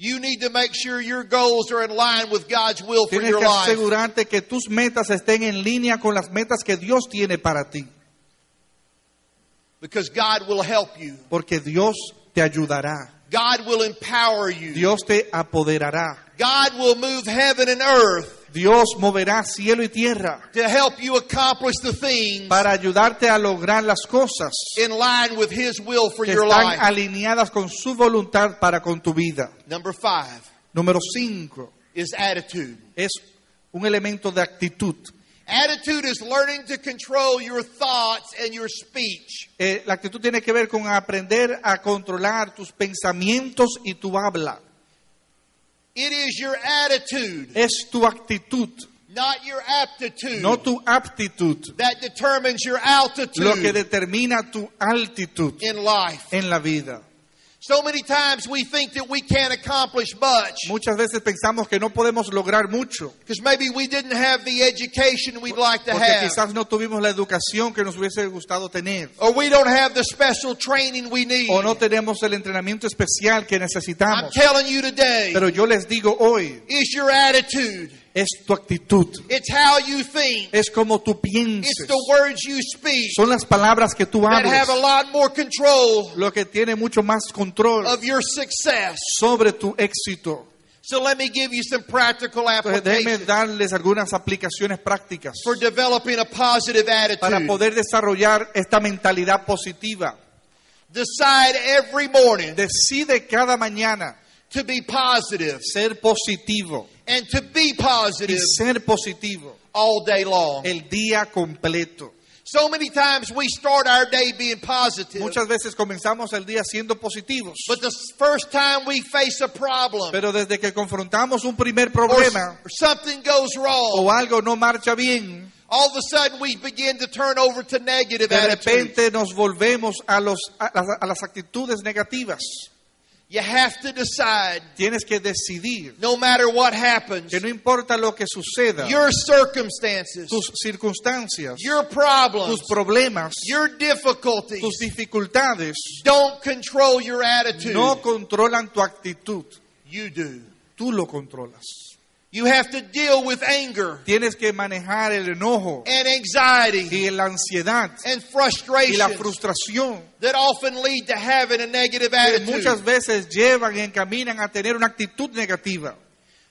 [SPEAKER 1] You need to make sure your goals are in line with God's will for
[SPEAKER 2] Tienes
[SPEAKER 1] your
[SPEAKER 2] que
[SPEAKER 1] life.
[SPEAKER 2] asegurarte que tus metas estén en línea con las metas que Dios tiene para ti,
[SPEAKER 1] Because God will help you.
[SPEAKER 2] porque Dios te ayudará,
[SPEAKER 1] God will empower you.
[SPEAKER 2] Dios te apoderará,
[SPEAKER 1] God will move heaven and earth
[SPEAKER 2] Dios moverá cielo y tierra
[SPEAKER 1] to help you accomplish the things
[SPEAKER 2] para ayudarte a lograr las cosas
[SPEAKER 1] in line with His will for
[SPEAKER 2] que
[SPEAKER 1] your
[SPEAKER 2] están
[SPEAKER 1] life.
[SPEAKER 2] alineadas con su voluntad para con tu vida.
[SPEAKER 1] Number five
[SPEAKER 2] Número cinco
[SPEAKER 1] is attitude.
[SPEAKER 2] es un elemento de actitud.
[SPEAKER 1] Attitude is learning to control your thoughts and your speech.
[SPEAKER 2] Eh, la actitud tiene que ver con aprender a controlar tus pensamientos y tu habla.
[SPEAKER 1] It is your attitude,
[SPEAKER 2] Es tu actitud,
[SPEAKER 1] not your aptitude,
[SPEAKER 2] no tu aptitud,
[SPEAKER 1] that determines your
[SPEAKER 2] lo que
[SPEAKER 1] altitude
[SPEAKER 2] determina tu altitud
[SPEAKER 1] in life.
[SPEAKER 2] en la vida.
[SPEAKER 1] So many times we think that we can't accomplish much
[SPEAKER 2] Muchas veces pensamos que no podemos lograr mucho
[SPEAKER 1] because maybe we didn't have the education we'd like to
[SPEAKER 2] porque
[SPEAKER 1] have,
[SPEAKER 2] quizás no tuvimos la educación que nos hubiese gustado tener
[SPEAKER 1] or we don't have the special training we need.
[SPEAKER 2] o no tenemos el entrenamiento especial que
[SPEAKER 1] I'm
[SPEAKER 2] necesitamos.
[SPEAKER 1] telling you today,
[SPEAKER 2] Pero yo les digo hoy,
[SPEAKER 1] it's your attitude,
[SPEAKER 2] es tu actitud,
[SPEAKER 1] it's how you think,
[SPEAKER 2] es como tú
[SPEAKER 1] it's
[SPEAKER 2] pienses,
[SPEAKER 1] the words you speak
[SPEAKER 2] son las palabras que tú
[SPEAKER 1] that
[SPEAKER 2] hablas
[SPEAKER 1] have a lot more control
[SPEAKER 2] lo que tiene mucho más control
[SPEAKER 1] of your success.
[SPEAKER 2] sobre tu éxito.
[SPEAKER 1] So let me give you some practical
[SPEAKER 2] Entonces déjenme
[SPEAKER 1] applications
[SPEAKER 2] darles algunas aplicaciones prácticas
[SPEAKER 1] for developing a positive
[SPEAKER 2] para
[SPEAKER 1] attitude.
[SPEAKER 2] poder desarrollar esta mentalidad positiva.
[SPEAKER 1] Decide every morning
[SPEAKER 2] Decide cada mañana
[SPEAKER 1] to be positive
[SPEAKER 2] ser positivo
[SPEAKER 1] and to be
[SPEAKER 2] y
[SPEAKER 1] positive
[SPEAKER 2] ser positivo
[SPEAKER 1] all day long.
[SPEAKER 2] el día completo.
[SPEAKER 1] So many times we start our day being positive,
[SPEAKER 2] Muchas veces comenzamos el día siendo positivos,
[SPEAKER 1] but the first time we face a problem
[SPEAKER 2] pero desde que confrontamos un primer
[SPEAKER 1] or
[SPEAKER 2] problema
[SPEAKER 1] s- something goes wrong,
[SPEAKER 2] o algo no marcha bien,
[SPEAKER 1] all of a sudden we begin to turn over to negative
[SPEAKER 2] de
[SPEAKER 1] attitudes.
[SPEAKER 2] repente nos volvemos a, los, a las- a las actitudes negativas.
[SPEAKER 1] You have to decide,
[SPEAKER 2] Tienes que decidir
[SPEAKER 1] no matter what happens,
[SPEAKER 2] que no importa lo que suceda,
[SPEAKER 1] your circumstances,
[SPEAKER 2] tus circunstancias,
[SPEAKER 1] your problems,
[SPEAKER 2] tus problemas,
[SPEAKER 1] your difficulties
[SPEAKER 2] tus dificultades
[SPEAKER 1] don't control your attitude.
[SPEAKER 2] no controlan tu actitud,
[SPEAKER 1] You do.
[SPEAKER 2] tú lo controlas.
[SPEAKER 1] You have to deal with anger
[SPEAKER 2] Tienes que manejar el enojo
[SPEAKER 1] and anxiety
[SPEAKER 2] y la ansiedad
[SPEAKER 1] and
[SPEAKER 2] y la
[SPEAKER 1] frustration
[SPEAKER 2] frustración
[SPEAKER 1] that often lead to having a negative
[SPEAKER 2] que
[SPEAKER 1] attitude.
[SPEAKER 2] muchas veces llevan y encaminan a tener una actitud negativa.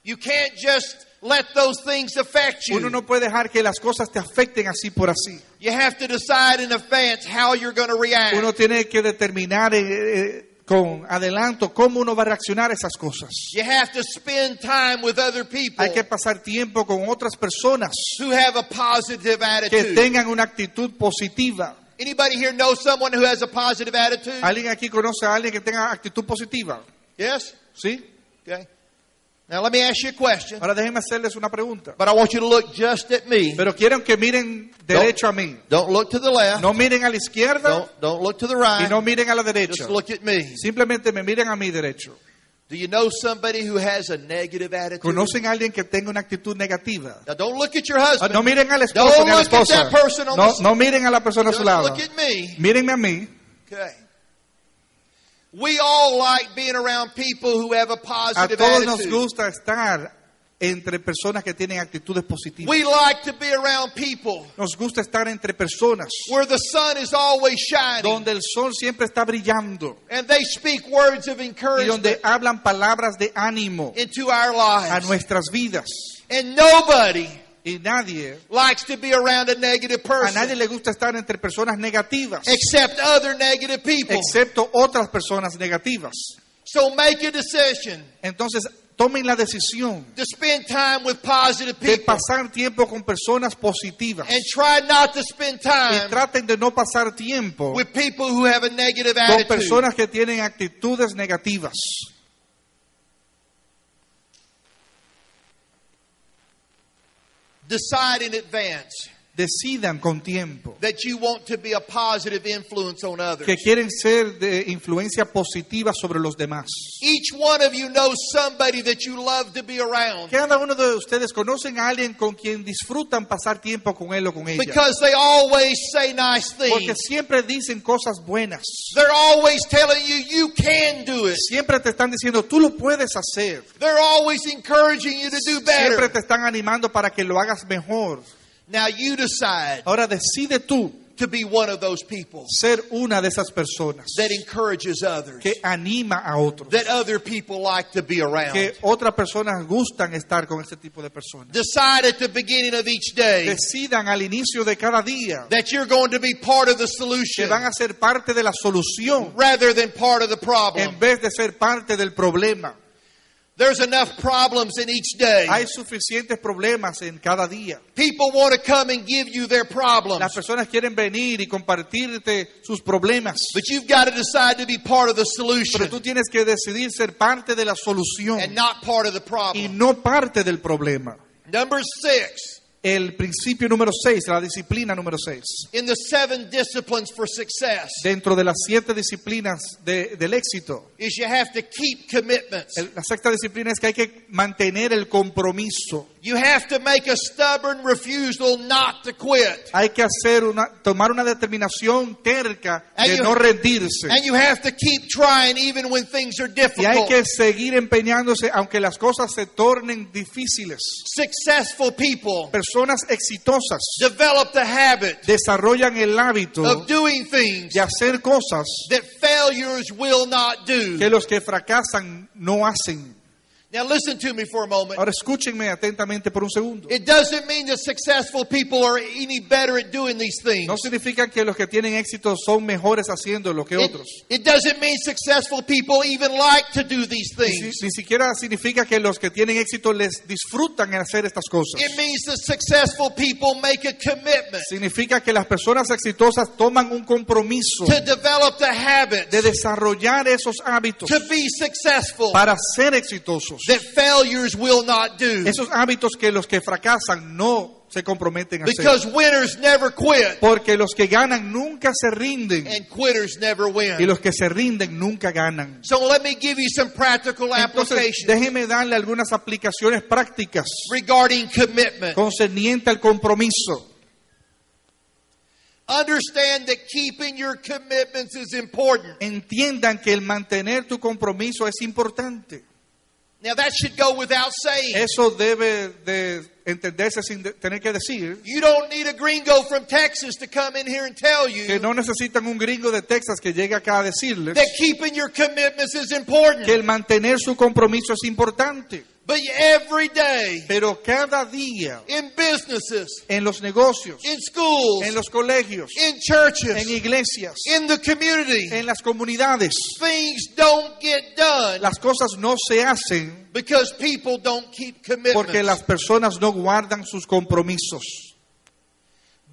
[SPEAKER 1] You can't just let those things affect you.
[SPEAKER 2] Uno no puede dejar que las cosas te afecten así por así.
[SPEAKER 1] You have to decide in advance how you're going to react.
[SPEAKER 2] Uno tiene que determinar eh, eh, con adelanto cómo uno va a reaccionar a esas cosas.
[SPEAKER 1] You have to spend time with other people
[SPEAKER 2] Hay que pasar tiempo con otras personas
[SPEAKER 1] who have a positive
[SPEAKER 2] que
[SPEAKER 1] attitude.
[SPEAKER 2] tengan una actitud positiva.
[SPEAKER 1] Anybody here know someone who has a positive attitude?
[SPEAKER 2] ¿Alguien aquí conoce a alguien que tenga actitud positiva?
[SPEAKER 1] yes?
[SPEAKER 2] ¿Sí?
[SPEAKER 1] Okay. Now let me ask you a question,
[SPEAKER 2] Ahora déjenme hacerles una pregunta.
[SPEAKER 1] but I want you to look just at me.
[SPEAKER 2] Pero quiero que miren derecho a mí.
[SPEAKER 1] Don't look to the left.
[SPEAKER 2] No miren a la izquierda
[SPEAKER 1] Don't, don't look to the
[SPEAKER 2] y
[SPEAKER 1] right.
[SPEAKER 2] no miren a la derecha.
[SPEAKER 1] Just look at me.
[SPEAKER 2] Simplemente me miren a mi derecho.
[SPEAKER 1] Do you know somebody who has a negative attitude?
[SPEAKER 2] ¿Conocen a alguien que tenga una actitud negativa?
[SPEAKER 1] Now don't look at your
[SPEAKER 2] Ah,
[SPEAKER 1] husband.
[SPEAKER 2] No miren al esposo
[SPEAKER 1] Don't
[SPEAKER 2] ni a la
[SPEAKER 1] look at
[SPEAKER 2] esposa.
[SPEAKER 1] that person on
[SPEAKER 2] No,
[SPEAKER 1] the
[SPEAKER 2] no miren a la persona a
[SPEAKER 1] Just
[SPEAKER 2] su lado.
[SPEAKER 1] look at me.
[SPEAKER 2] Mírenme a mí.
[SPEAKER 1] Okay. We all like being around people who have a
[SPEAKER 2] A
[SPEAKER 1] positive
[SPEAKER 2] todos nos
[SPEAKER 1] attitude.
[SPEAKER 2] gusta estar entre personas que tienen actitudes positivas.
[SPEAKER 1] We like to be around people
[SPEAKER 2] Nos gusta estar entre personas
[SPEAKER 1] where the sun is always shining
[SPEAKER 2] donde el sol siempre está brillando
[SPEAKER 1] and they speak words of
[SPEAKER 2] y
[SPEAKER 1] encouragement
[SPEAKER 2] donde hablan palabras de ánimo
[SPEAKER 1] into our
[SPEAKER 2] a
[SPEAKER 1] lives.
[SPEAKER 2] nuestras vidas.
[SPEAKER 1] And nobody
[SPEAKER 2] Y nadie,
[SPEAKER 1] likes to be around a negative
[SPEAKER 2] a nadie
[SPEAKER 1] person
[SPEAKER 2] le gusta estar entre personas negativas,
[SPEAKER 1] except other negative people.
[SPEAKER 2] excepto otras personas negativas.
[SPEAKER 1] So make a decision
[SPEAKER 2] Entonces, tomen la decisión
[SPEAKER 1] to spend time with positive
[SPEAKER 2] de
[SPEAKER 1] people
[SPEAKER 2] pasar tiempo con personas positivas
[SPEAKER 1] and try not to spend
[SPEAKER 2] y
[SPEAKER 1] time
[SPEAKER 2] traten de no pasar tiempo
[SPEAKER 1] with people who have a negative
[SPEAKER 2] con
[SPEAKER 1] attitude.
[SPEAKER 2] personas que tienen actitudes negativas.
[SPEAKER 1] Decide in advance
[SPEAKER 2] Decidan con tiempo
[SPEAKER 1] that you want to be a positive influence on others.
[SPEAKER 2] que quieren ser de influencia positiva sobre los demás.
[SPEAKER 1] Each one of you knows somebody that you love to be around
[SPEAKER 2] Cada uno de ustedes conocen a alguien con quien disfrutan pasar tiempo con él o con ella.
[SPEAKER 1] because they always say nice
[SPEAKER 2] Porque
[SPEAKER 1] things.
[SPEAKER 2] siempre dicen cosas buenas.
[SPEAKER 1] They're always telling you you can do it.
[SPEAKER 2] Siempre te están diciendo, tú lo puedes hacer.
[SPEAKER 1] They're always encouraging you to do
[SPEAKER 2] Siempre
[SPEAKER 1] better.
[SPEAKER 2] te están animando para que lo hagas mejor.
[SPEAKER 1] Now you decide
[SPEAKER 2] Ahora decide tú
[SPEAKER 1] to be one of those people
[SPEAKER 2] ser una de esas personas
[SPEAKER 1] that encourages others,
[SPEAKER 2] que anima a otros,
[SPEAKER 1] that other people like to be around.
[SPEAKER 2] que otras personas gustan estar con este tipo de personas.
[SPEAKER 1] Decide at the beginning of each day
[SPEAKER 2] Decidan al inicio de cada día
[SPEAKER 1] that you're going to be part of the
[SPEAKER 2] que
[SPEAKER 1] solution
[SPEAKER 2] van a ser parte de la solución
[SPEAKER 1] rather than part of the problem.
[SPEAKER 2] en vez de ser parte del problema.
[SPEAKER 1] There's enough problems in each day.
[SPEAKER 2] Hay suficientes problemas en cada día.
[SPEAKER 1] People want to come and give you their
[SPEAKER 2] Las
[SPEAKER 1] problems,
[SPEAKER 2] personas quieren venir y compartirte sus problemas,
[SPEAKER 1] but you've got to decide to be part of the
[SPEAKER 2] pero
[SPEAKER 1] solution
[SPEAKER 2] tú tienes que decidir ser parte de la solución
[SPEAKER 1] and not part of the
[SPEAKER 2] y
[SPEAKER 1] problem.
[SPEAKER 2] no parte del problema.
[SPEAKER 1] Number six,
[SPEAKER 2] El principio número 6, la disciplina número 6,
[SPEAKER 1] in the seven disciplines for success,
[SPEAKER 2] dentro de las siete disciplinas de- del éxito.
[SPEAKER 1] is you have to keep commitments.
[SPEAKER 2] el- La sexta disciplina es que hay que mantener el compromiso.
[SPEAKER 1] You have to make a stubborn refusal not to quit.
[SPEAKER 2] Hay que hacer una, tomar una determinación terca
[SPEAKER 1] And
[SPEAKER 2] de
[SPEAKER 1] you-
[SPEAKER 2] no rendirse.
[SPEAKER 1] And you have to keep trying even when things are
[SPEAKER 2] Y hay
[SPEAKER 1] difficult.
[SPEAKER 2] que seguir empeñándose aunque las cosas se tornen difíciles.
[SPEAKER 1] Successful people
[SPEAKER 2] Personas exitosas
[SPEAKER 1] develop the habit
[SPEAKER 2] desarrollan el hábito
[SPEAKER 1] of doing things
[SPEAKER 2] de hacer cosas
[SPEAKER 1] that failures will not do.
[SPEAKER 2] que los que fracasan no hacen.
[SPEAKER 1] Now listen to me for a moment.
[SPEAKER 2] Ahora escúchenme atentamente por un segundo.
[SPEAKER 1] It doesn't mean that successful people are any better at doing these things.
[SPEAKER 2] No significa que los que tienen éxito son mejores haciendo lo que
[SPEAKER 1] It,
[SPEAKER 2] otros.
[SPEAKER 1] it doesn't mean successful people even like to do these
[SPEAKER 2] Ni,
[SPEAKER 1] things.
[SPEAKER 2] si- ni siquiera significa que los que tienen éxito les disfrutan en hacer estas cosas.
[SPEAKER 1] It means that successful people make a commitment
[SPEAKER 2] Significa que las personas exitosas toman un compromiso
[SPEAKER 1] to develop the habit
[SPEAKER 2] de desarrollar esos hábitos
[SPEAKER 1] to be successful
[SPEAKER 2] para ser exitosos.
[SPEAKER 1] that failures will not do.
[SPEAKER 2] Esos hábitos que los que fracasan no se comprometen a hacer.
[SPEAKER 1] Because winners never quit
[SPEAKER 2] Porque los que ganan nunca se rinden
[SPEAKER 1] and quitters never
[SPEAKER 2] y
[SPEAKER 1] win.
[SPEAKER 2] los que se rinden nunca ganan.
[SPEAKER 1] So let me give you some practical
[SPEAKER 2] Entonces,
[SPEAKER 1] applications
[SPEAKER 2] déjeme darle algunas aplicaciones prácticas
[SPEAKER 1] regarding commitment.
[SPEAKER 2] concerniente al compromiso.
[SPEAKER 1] Understand that keeping your commitments is important.
[SPEAKER 2] entiendan que el mantener tu compromiso es importante.
[SPEAKER 1] Now that should go without saying.
[SPEAKER 2] Eso debe de entenderse sin de- tener que decir
[SPEAKER 1] You don't need a gringo from Texas to come in here and tell you
[SPEAKER 2] que no necesitan un gringo de Texas que llegue acá a decirles
[SPEAKER 1] that keeping your commitments is important.
[SPEAKER 2] que el mantener su compromiso es importante.
[SPEAKER 1] But every day,
[SPEAKER 2] Pero cada día
[SPEAKER 1] in businesses,
[SPEAKER 2] en los negocios,
[SPEAKER 1] in schools,
[SPEAKER 2] en los colegios,
[SPEAKER 1] in
[SPEAKER 2] en
[SPEAKER 1] churches,
[SPEAKER 2] iglesias,
[SPEAKER 1] in the community,
[SPEAKER 2] en las comunidades,
[SPEAKER 1] things don't get done
[SPEAKER 2] las cosas no se hacen
[SPEAKER 1] because people don't keep
[SPEAKER 2] porque las
[SPEAKER 1] commitments.
[SPEAKER 2] personas no guardan sus compromisos.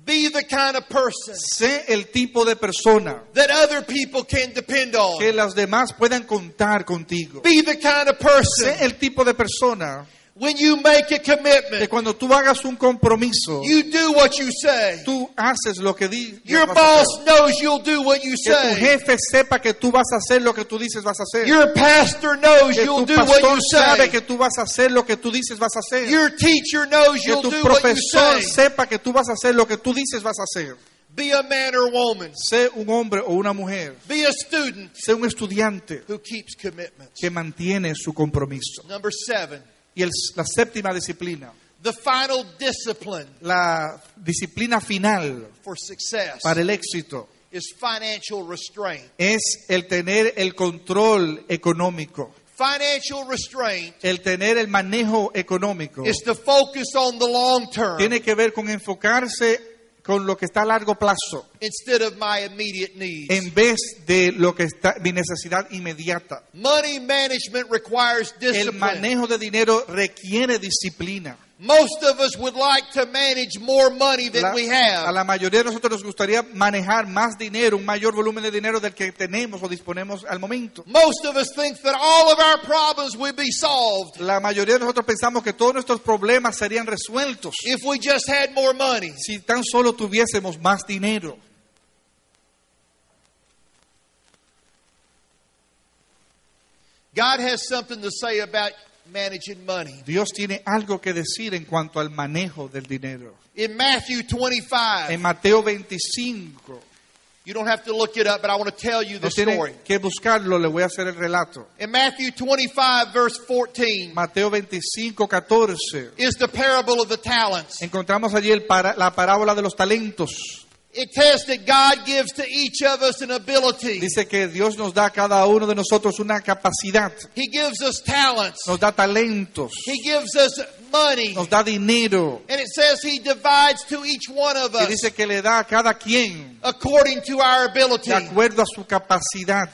[SPEAKER 1] Be the kind of person
[SPEAKER 2] Sé el tipo de persona
[SPEAKER 1] that other people can depend
[SPEAKER 2] que
[SPEAKER 1] on.
[SPEAKER 2] las demás puedan contar contigo.
[SPEAKER 1] Be the kind of
[SPEAKER 2] Sé
[SPEAKER 1] person
[SPEAKER 2] el tipo de persona
[SPEAKER 1] when you make a
[SPEAKER 2] que
[SPEAKER 1] commitment,
[SPEAKER 2] cuando tú hagas un compromiso,
[SPEAKER 1] you do what you say.
[SPEAKER 2] tú haces lo que dices.
[SPEAKER 1] Your boss knows you'll do what you
[SPEAKER 2] Que tu
[SPEAKER 1] say.
[SPEAKER 2] jefe sepa que tú vas a hacer lo que tú dices vas a hacer.
[SPEAKER 1] Your pastor knows
[SPEAKER 2] que
[SPEAKER 1] you'll
[SPEAKER 2] tu
[SPEAKER 1] do what
[SPEAKER 2] pastor
[SPEAKER 1] you
[SPEAKER 2] sabe
[SPEAKER 1] say.
[SPEAKER 2] que tú vas a hacer lo que tú dices vas a hacer.
[SPEAKER 1] Your teacher knows
[SPEAKER 2] que
[SPEAKER 1] you'll
[SPEAKER 2] tu
[SPEAKER 1] do what you
[SPEAKER 2] profesor
[SPEAKER 1] say.
[SPEAKER 2] sepa que tú vas a hacer lo que tú dices vas a hacer.
[SPEAKER 1] Be a man or woman.
[SPEAKER 2] Sé un hombre o una mujer.
[SPEAKER 1] Be a student
[SPEAKER 2] Sé un estudiante
[SPEAKER 1] who keeps commitments.
[SPEAKER 2] que mantiene su compromiso.
[SPEAKER 1] Number seven,
[SPEAKER 2] Y el- la séptima disciplina,
[SPEAKER 1] the final discipline
[SPEAKER 2] la disciplina final
[SPEAKER 1] for success
[SPEAKER 2] para el éxito.
[SPEAKER 1] is financial restraint.
[SPEAKER 2] es el tener el control económico,
[SPEAKER 1] Financial restraint
[SPEAKER 2] el tener el manejo económico.
[SPEAKER 1] is to focus on the long term
[SPEAKER 2] Tiene que ver con enfocarse con lo que está a largo plazo
[SPEAKER 1] instead of my immediate needs.
[SPEAKER 2] en vez de lo que está mi necesidad inmediata.
[SPEAKER 1] Money management requires
[SPEAKER 2] El
[SPEAKER 1] discipline.
[SPEAKER 2] manejo de dinero requiere disciplina.
[SPEAKER 1] Most of us would like to manage more money
[SPEAKER 2] La-
[SPEAKER 1] than we
[SPEAKER 2] a
[SPEAKER 1] have.
[SPEAKER 2] la mayoría de nosotros nos gustaría manejar más dinero, un mayor volumen de dinero del que tenemos o disponemos al momento.
[SPEAKER 1] Most of us think that all of our problems would be solved
[SPEAKER 2] La mayoría de nosotros pensamos que todos nuestros problemas serían resueltos
[SPEAKER 1] if we just had more money.
[SPEAKER 2] si tan solo tuviésemos más dinero.
[SPEAKER 1] God has something to say about managing money.
[SPEAKER 2] Dios tiene algo que decir en cuanto al manejo del dinero.
[SPEAKER 1] In Matthew
[SPEAKER 2] En
[SPEAKER 1] 25,
[SPEAKER 2] Mateo 25,
[SPEAKER 1] you don't have to look it up, but I want to tell you the
[SPEAKER 2] no tiene
[SPEAKER 1] story.
[SPEAKER 2] que buscarlo, le voy a hacer el relato.
[SPEAKER 1] In Matthew 25, verse 14,
[SPEAKER 2] Mateo 25, 14.
[SPEAKER 1] is the parable of the talents.
[SPEAKER 2] Encontramos allí el para- la parábola de los talentos.
[SPEAKER 1] It tells that God gives to each of us an ability.
[SPEAKER 2] Dice que Dios nos da a cada uno de nosotros una capacidad,
[SPEAKER 1] He gives us talents.
[SPEAKER 2] nos da talentos,
[SPEAKER 1] He gives us money.
[SPEAKER 2] nos da dinero.
[SPEAKER 1] And it says He divides to each one of
[SPEAKER 2] Y
[SPEAKER 1] us
[SPEAKER 2] dice que le da a cada quien
[SPEAKER 1] according to our ability.
[SPEAKER 2] de acuerdo a su capacidad.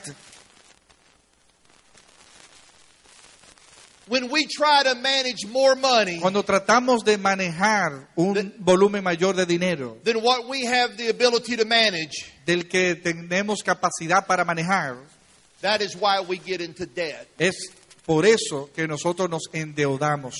[SPEAKER 1] When we try to manage more money
[SPEAKER 2] Cuando tratamos de manejar un volumen mayor de dinero
[SPEAKER 1] than what we have the ability to manage,
[SPEAKER 2] del que tenemos capacidad para manejar,
[SPEAKER 1] that is why we get into debt.
[SPEAKER 2] es por eso que nosotros nos endeudamos.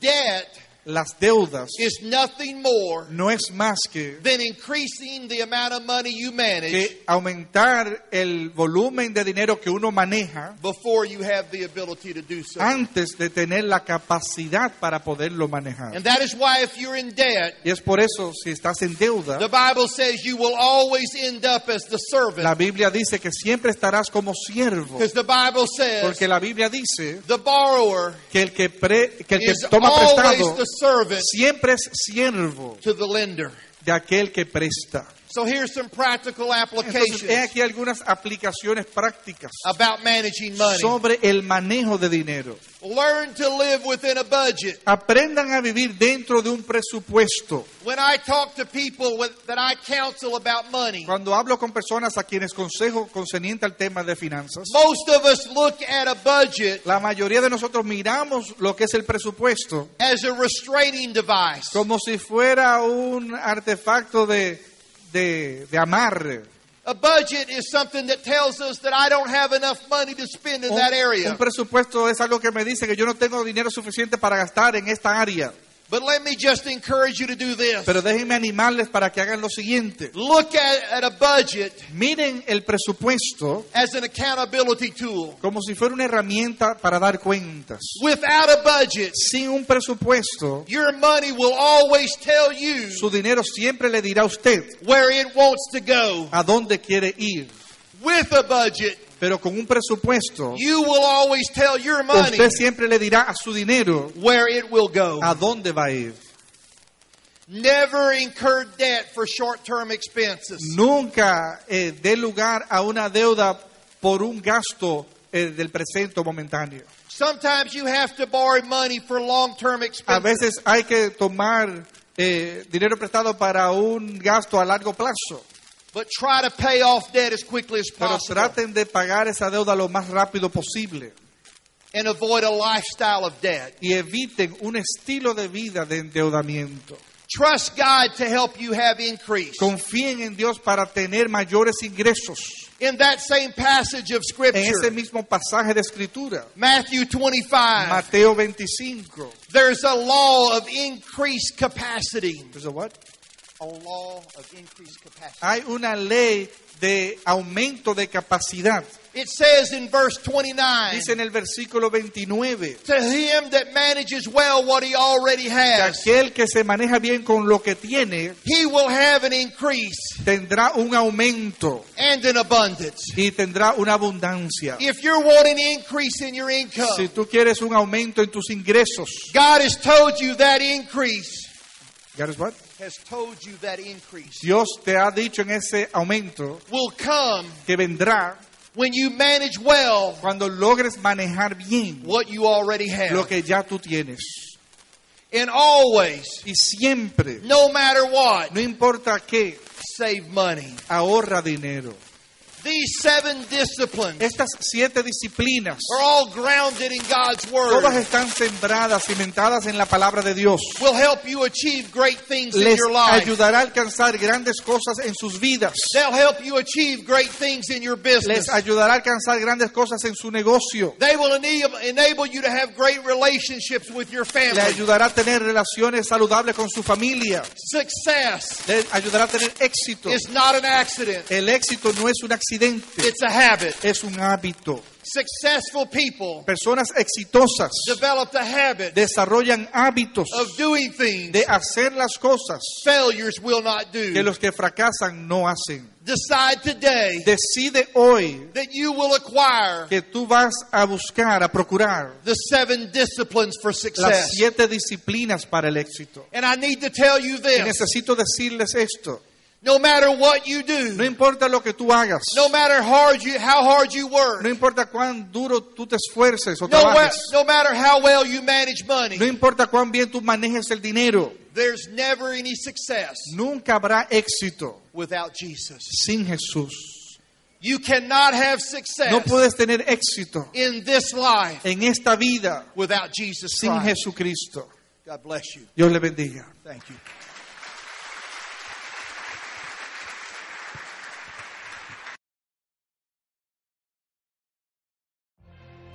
[SPEAKER 1] Debt
[SPEAKER 2] Las deudas
[SPEAKER 1] is nothing more
[SPEAKER 2] no es más que,
[SPEAKER 1] than increasing the amount of money you manage
[SPEAKER 2] que aumentar el volumen de dinero que uno maneja
[SPEAKER 1] before you have the ability to do so.
[SPEAKER 2] antes de tener la capacidad para poderlo
[SPEAKER 1] And
[SPEAKER 2] manejar.
[SPEAKER 1] that is why if you're in debt,
[SPEAKER 2] Y es por eso, si estás en
[SPEAKER 1] the
[SPEAKER 2] deuda,
[SPEAKER 1] Bible says you will always end up as the
[SPEAKER 2] la
[SPEAKER 1] servant.
[SPEAKER 2] Biblia dice que siempre estarás como siervo,
[SPEAKER 1] Because the Bible says
[SPEAKER 2] porque la Biblia dice
[SPEAKER 1] the borrower
[SPEAKER 2] que el que, pre- que, el que
[SPEAKER 1] is
[SPEAKER 2] toma
[SPEAKER 1] always
[SPEAKER 2] prestado
[SPEAKER 1] the servant
[SPEAKER 2] siempre es siervo
[SPEAKER 1] to the lender.
[SPEAKER 2] de aquel que presta.
[SPEAKER 1] So here's some practical
[SPEAKER 2] Entonces, he
[SPEAKER 1] applications
[SPEAKER 2] aquí algunas aplicaciones prácticas
[SPEAKER 1] about managing money.
[SPEAKER 2] sobre el manejo de dinero.
[SPEAKER 1] Learn to live within a budget.
[SPEAKER 2] Aprendan a vivir dentro de un presupuesto.
[SPEAKER 1] When I talk to people with, that I counsel about money,
[SPEAKER 2] Cuando hablo con personas a quienes consejo concerniente al tema de finanzas,
[SPEAKER 1] most of us look at a budget
[SPEAKER 2] la mayoría de nosotros miramos lo que es el presupuesto
[SPEAKER 1] as a restraining device.
[SPEAKER 2] como si fuera un artefacto de, de, de amarre.
[SPEAKER 1] A budget is something that tells us that I don't have enough money to spend in
[SPEAKER 2] Un,
[SPEAKER 1] that
[SPEAKER 2] un
[SPEAKER 1] area.
[SPEAKER 2] presupuesto es algo que me dice que yo no tengo dinero suficiente para gastar en esta área.
[SPEAKER 1] But let me just encourage you to do this.
[SPEAKER 2] Pero déjenme animarles para que hagan lo siguiente.
[SPEAKER 1] Look at, at a budget
[SPEAKER 2] Miren el presupuesto
[SPEAKER 1] as an accountability tool.
[SPEAKER 2] como si fuera una herramienta para dar cuentas.
[SPEAKER 1] Without a budget,
[SPEAKER 2] Sin un presupuesto,
[SPEAKER 1] your money will always tell you
[SPEAKER 2] su dinero siempre le dirá a usted
[SPEAKER 1] where it wants to go.
[SPEAKER 2] a dónde quiere ir.
[SPEAKER 1] With a budget,
[SPEAKER 2] Pero con un presupuesto,
[SPEAKER 1] you will always tell your money
[SPEAKER 2] usted siempre le dirá a su dinero
[SPEAKER 1] where it will go.
[SPEAKER 2] a dónde va a ir.
[SPEAKER 1] Never incur debt for short term expenses.
[SPEAKER 2] Nunca eh, dé lugar a una deuda por un gasto eh, del presente o momentáneo.
[SPEAKER 1] Sometimes you have to borrow money for long term
[SPEAKER 2] A
[SPEAKER 1] expenses.
[SPEAKER 2] veces hay que tomar eh, dinero prestado para un gasto a largo plazo.
[SPEAKER 1] But try to pay off debt as quickly as
[SPEAKER 2] Pero
[SPEAKER 1] possible
[SPEAKER 2] traten de pagar esa deuda lo más rápido posible
[SPEAKER 1] and avoid a lifestyle of debt.
[SPEAKER 2] y eviten un estilo de vida de endeudamiento.
[SPEAKER 1] Trust God to help you have increase.
[SPEAKER 2] Confíen en Dios para tener mayores ingresos.
[SPEAKER 1] In that same passage of
[SPEAKER 2] En ese
[SPEAKER 1] Scripture,
[SPEAKER 2] mismo pasaje de Escritura,
[SPEAKER 1] Matthew 25,
[SPEAKER 2] Mateo 25.
[SPEAKER 1] there's a law of increased capacity.
[SPEAKER 2] There's a what?
[SPEAKER 1] A law of increased capacity.
[SPEAKER 2] Hay una ley de aumento de capacidad.
[SPEAKER 1] It says in verse 29
[SPEAKER 2] Dice en el versículo 29,
[SPEAKER 1] To him that manages well what he already
[SPEAKER 2] que
[SPEAKER 1] has,
[SPEAKER 2] aquel que se maneja bien con lo que tiene
[SPEAKER 1] he will have an increase
[SPEAKER 2] tendrá un aumento
[SPEAKER 1] and an abundance.
[SPEAKER 2] y tendrá una abundancia.
[SPEAKER 1] If you're wanting increase in your
[SPEAKER 2] Si
[SPEAKER 1] income,
[SPEAKER 2] tú quieres un aumento en tus ingresos,
[SPEAKER 1] God has told you that increase
[SPEAKER 2] God is what?
[SPEAKER 1] has told you that increase
[SPEAKER 2] Dios te ha dicho en ese aumento
[SPEAKER 1] will come
[SPEAKER 2] que vendrá
[SPEAKER 1] when you manage well
[SPEAKER 2] cuando logres manejar bien
[SPEAKER 1] what you already
[SPEAKER 2] lo
[SPEAKER 1] have.
[SPEAKER 2] que ya tú tienes.
[SPEAKER 1] And always,
[SPEAKER 2] Y siempre,
[SPEAKER 1] no matter what,
[SPEAKER 2] no importa qué,
[SPEAKER 1] save money.
[SPEAKER 2] ahorra dinero.
[SPEAKER 1] These seven disciplines
[SPEAKER 2] Estas siete disciplinas,
[SPEAKER 1] are all grounded in God's
[SPEAKER 2] todas
[SPEAKER 1] Word.
[SPEAKER 2] están sembradas, cimentadas en la palabra de Dios.
[SPEAKER 1] Will help you achieve great things in
[SPEAKER 2] Les
[SPEAKER 1] your life.
[SPEAKER 2] ayudará a alcanzar grandes cosas en sus vidas.
[SPEAKER 1] They'll help you achieve great things in your business.
[SPEAKER 2] Les ayudará a alcanzar grandes cosas en su negocio.
[SPEAKER 1] They will enable, enable you to have great relationships with your
[SPEAKER 2] Le
[SPEAKER 1] family.
[SPEAKER 2] ayudará a tener relaciones saludables con su familia.
[SPEAKER 1] Success
[SPEAKER 2] Le ayudará a tener éxito.
[SPEAKER 1] is not an accident,
[SPEAKER 2] El éxito no es un accidente,
[SPEAKER 1] it's a habit.
[SPEAKER 2] es un hábito.
[SPEAKER 1] Successful people
[SPEAKER 2] Personas exitosas
[SPEAKER 1] developed a habit
[SPEAKER 2] desarrollan hábitos
[SPEAKER 1] of doing things
[SPEAKER 2] de hacer las cosas
[SPEAKER 1] failures will not
[SPEAKER 2] que
[SPEAKER 1] do.
[SPEAKER 2] los que fracasan no hacen.
[SPEAKER 1] Decide today
[SPEAKER 2] Decide hoy
[SPEAKER 1] that you will acquire
[SPEAKER 2] que tú vas a buscar, a procurar
[SPEAKER 1] the seven disciplines for
[SPEAKER 2] las
[SPEAKER 1] success.
[SPEAKER 2] siete disciplinas para el éxito.
[SPEAKER 1] And I need to tell you
[SPEAKER 2] Y
[SPEAKER 1] this
[SPEAKER 2] necesito decirles esto.
[SPEAKER 1] No matter what you
[SPEAKER 2] No
[SPEAKER 1] do,
[SPEAKER 2] importa lo que tú hagas.
[SPEAKER 1] no matter hard you, how hard you work,
[SPEAKER 2] No importa cuán duro tú te esfuerces o
[SPEAKER 1] no, wa-
[SPEAKER 2] trabajes.
[SPEAKER 1] no matter how well you manage money,
[SPEAKER 2] No importa cuán bien tú manejes el dinero.
[SPEAKER 1] there's never any success
[SPEAKER 2] Nunca habrá éxito
[SPEAKER 1] without Jesus.
[SPEAKER 2] sin Jesús.
[SPEAKER 1] You cannot have success
[SPEAKER 2] No puedes tener éxito
[SPEAKER 1] in this life
[SPEAKER 2] en esta vida
[SPEAKER 1] without Jesus
[SPEAKER 2] sin
[SPEAKER 1] Christ.
[SPEAKER 2] Jesucristo.
[SPEAKER 1] God bless you.
[SPEAKER 2] Dios le bendiga.
[SPEAKER 1] Thank you.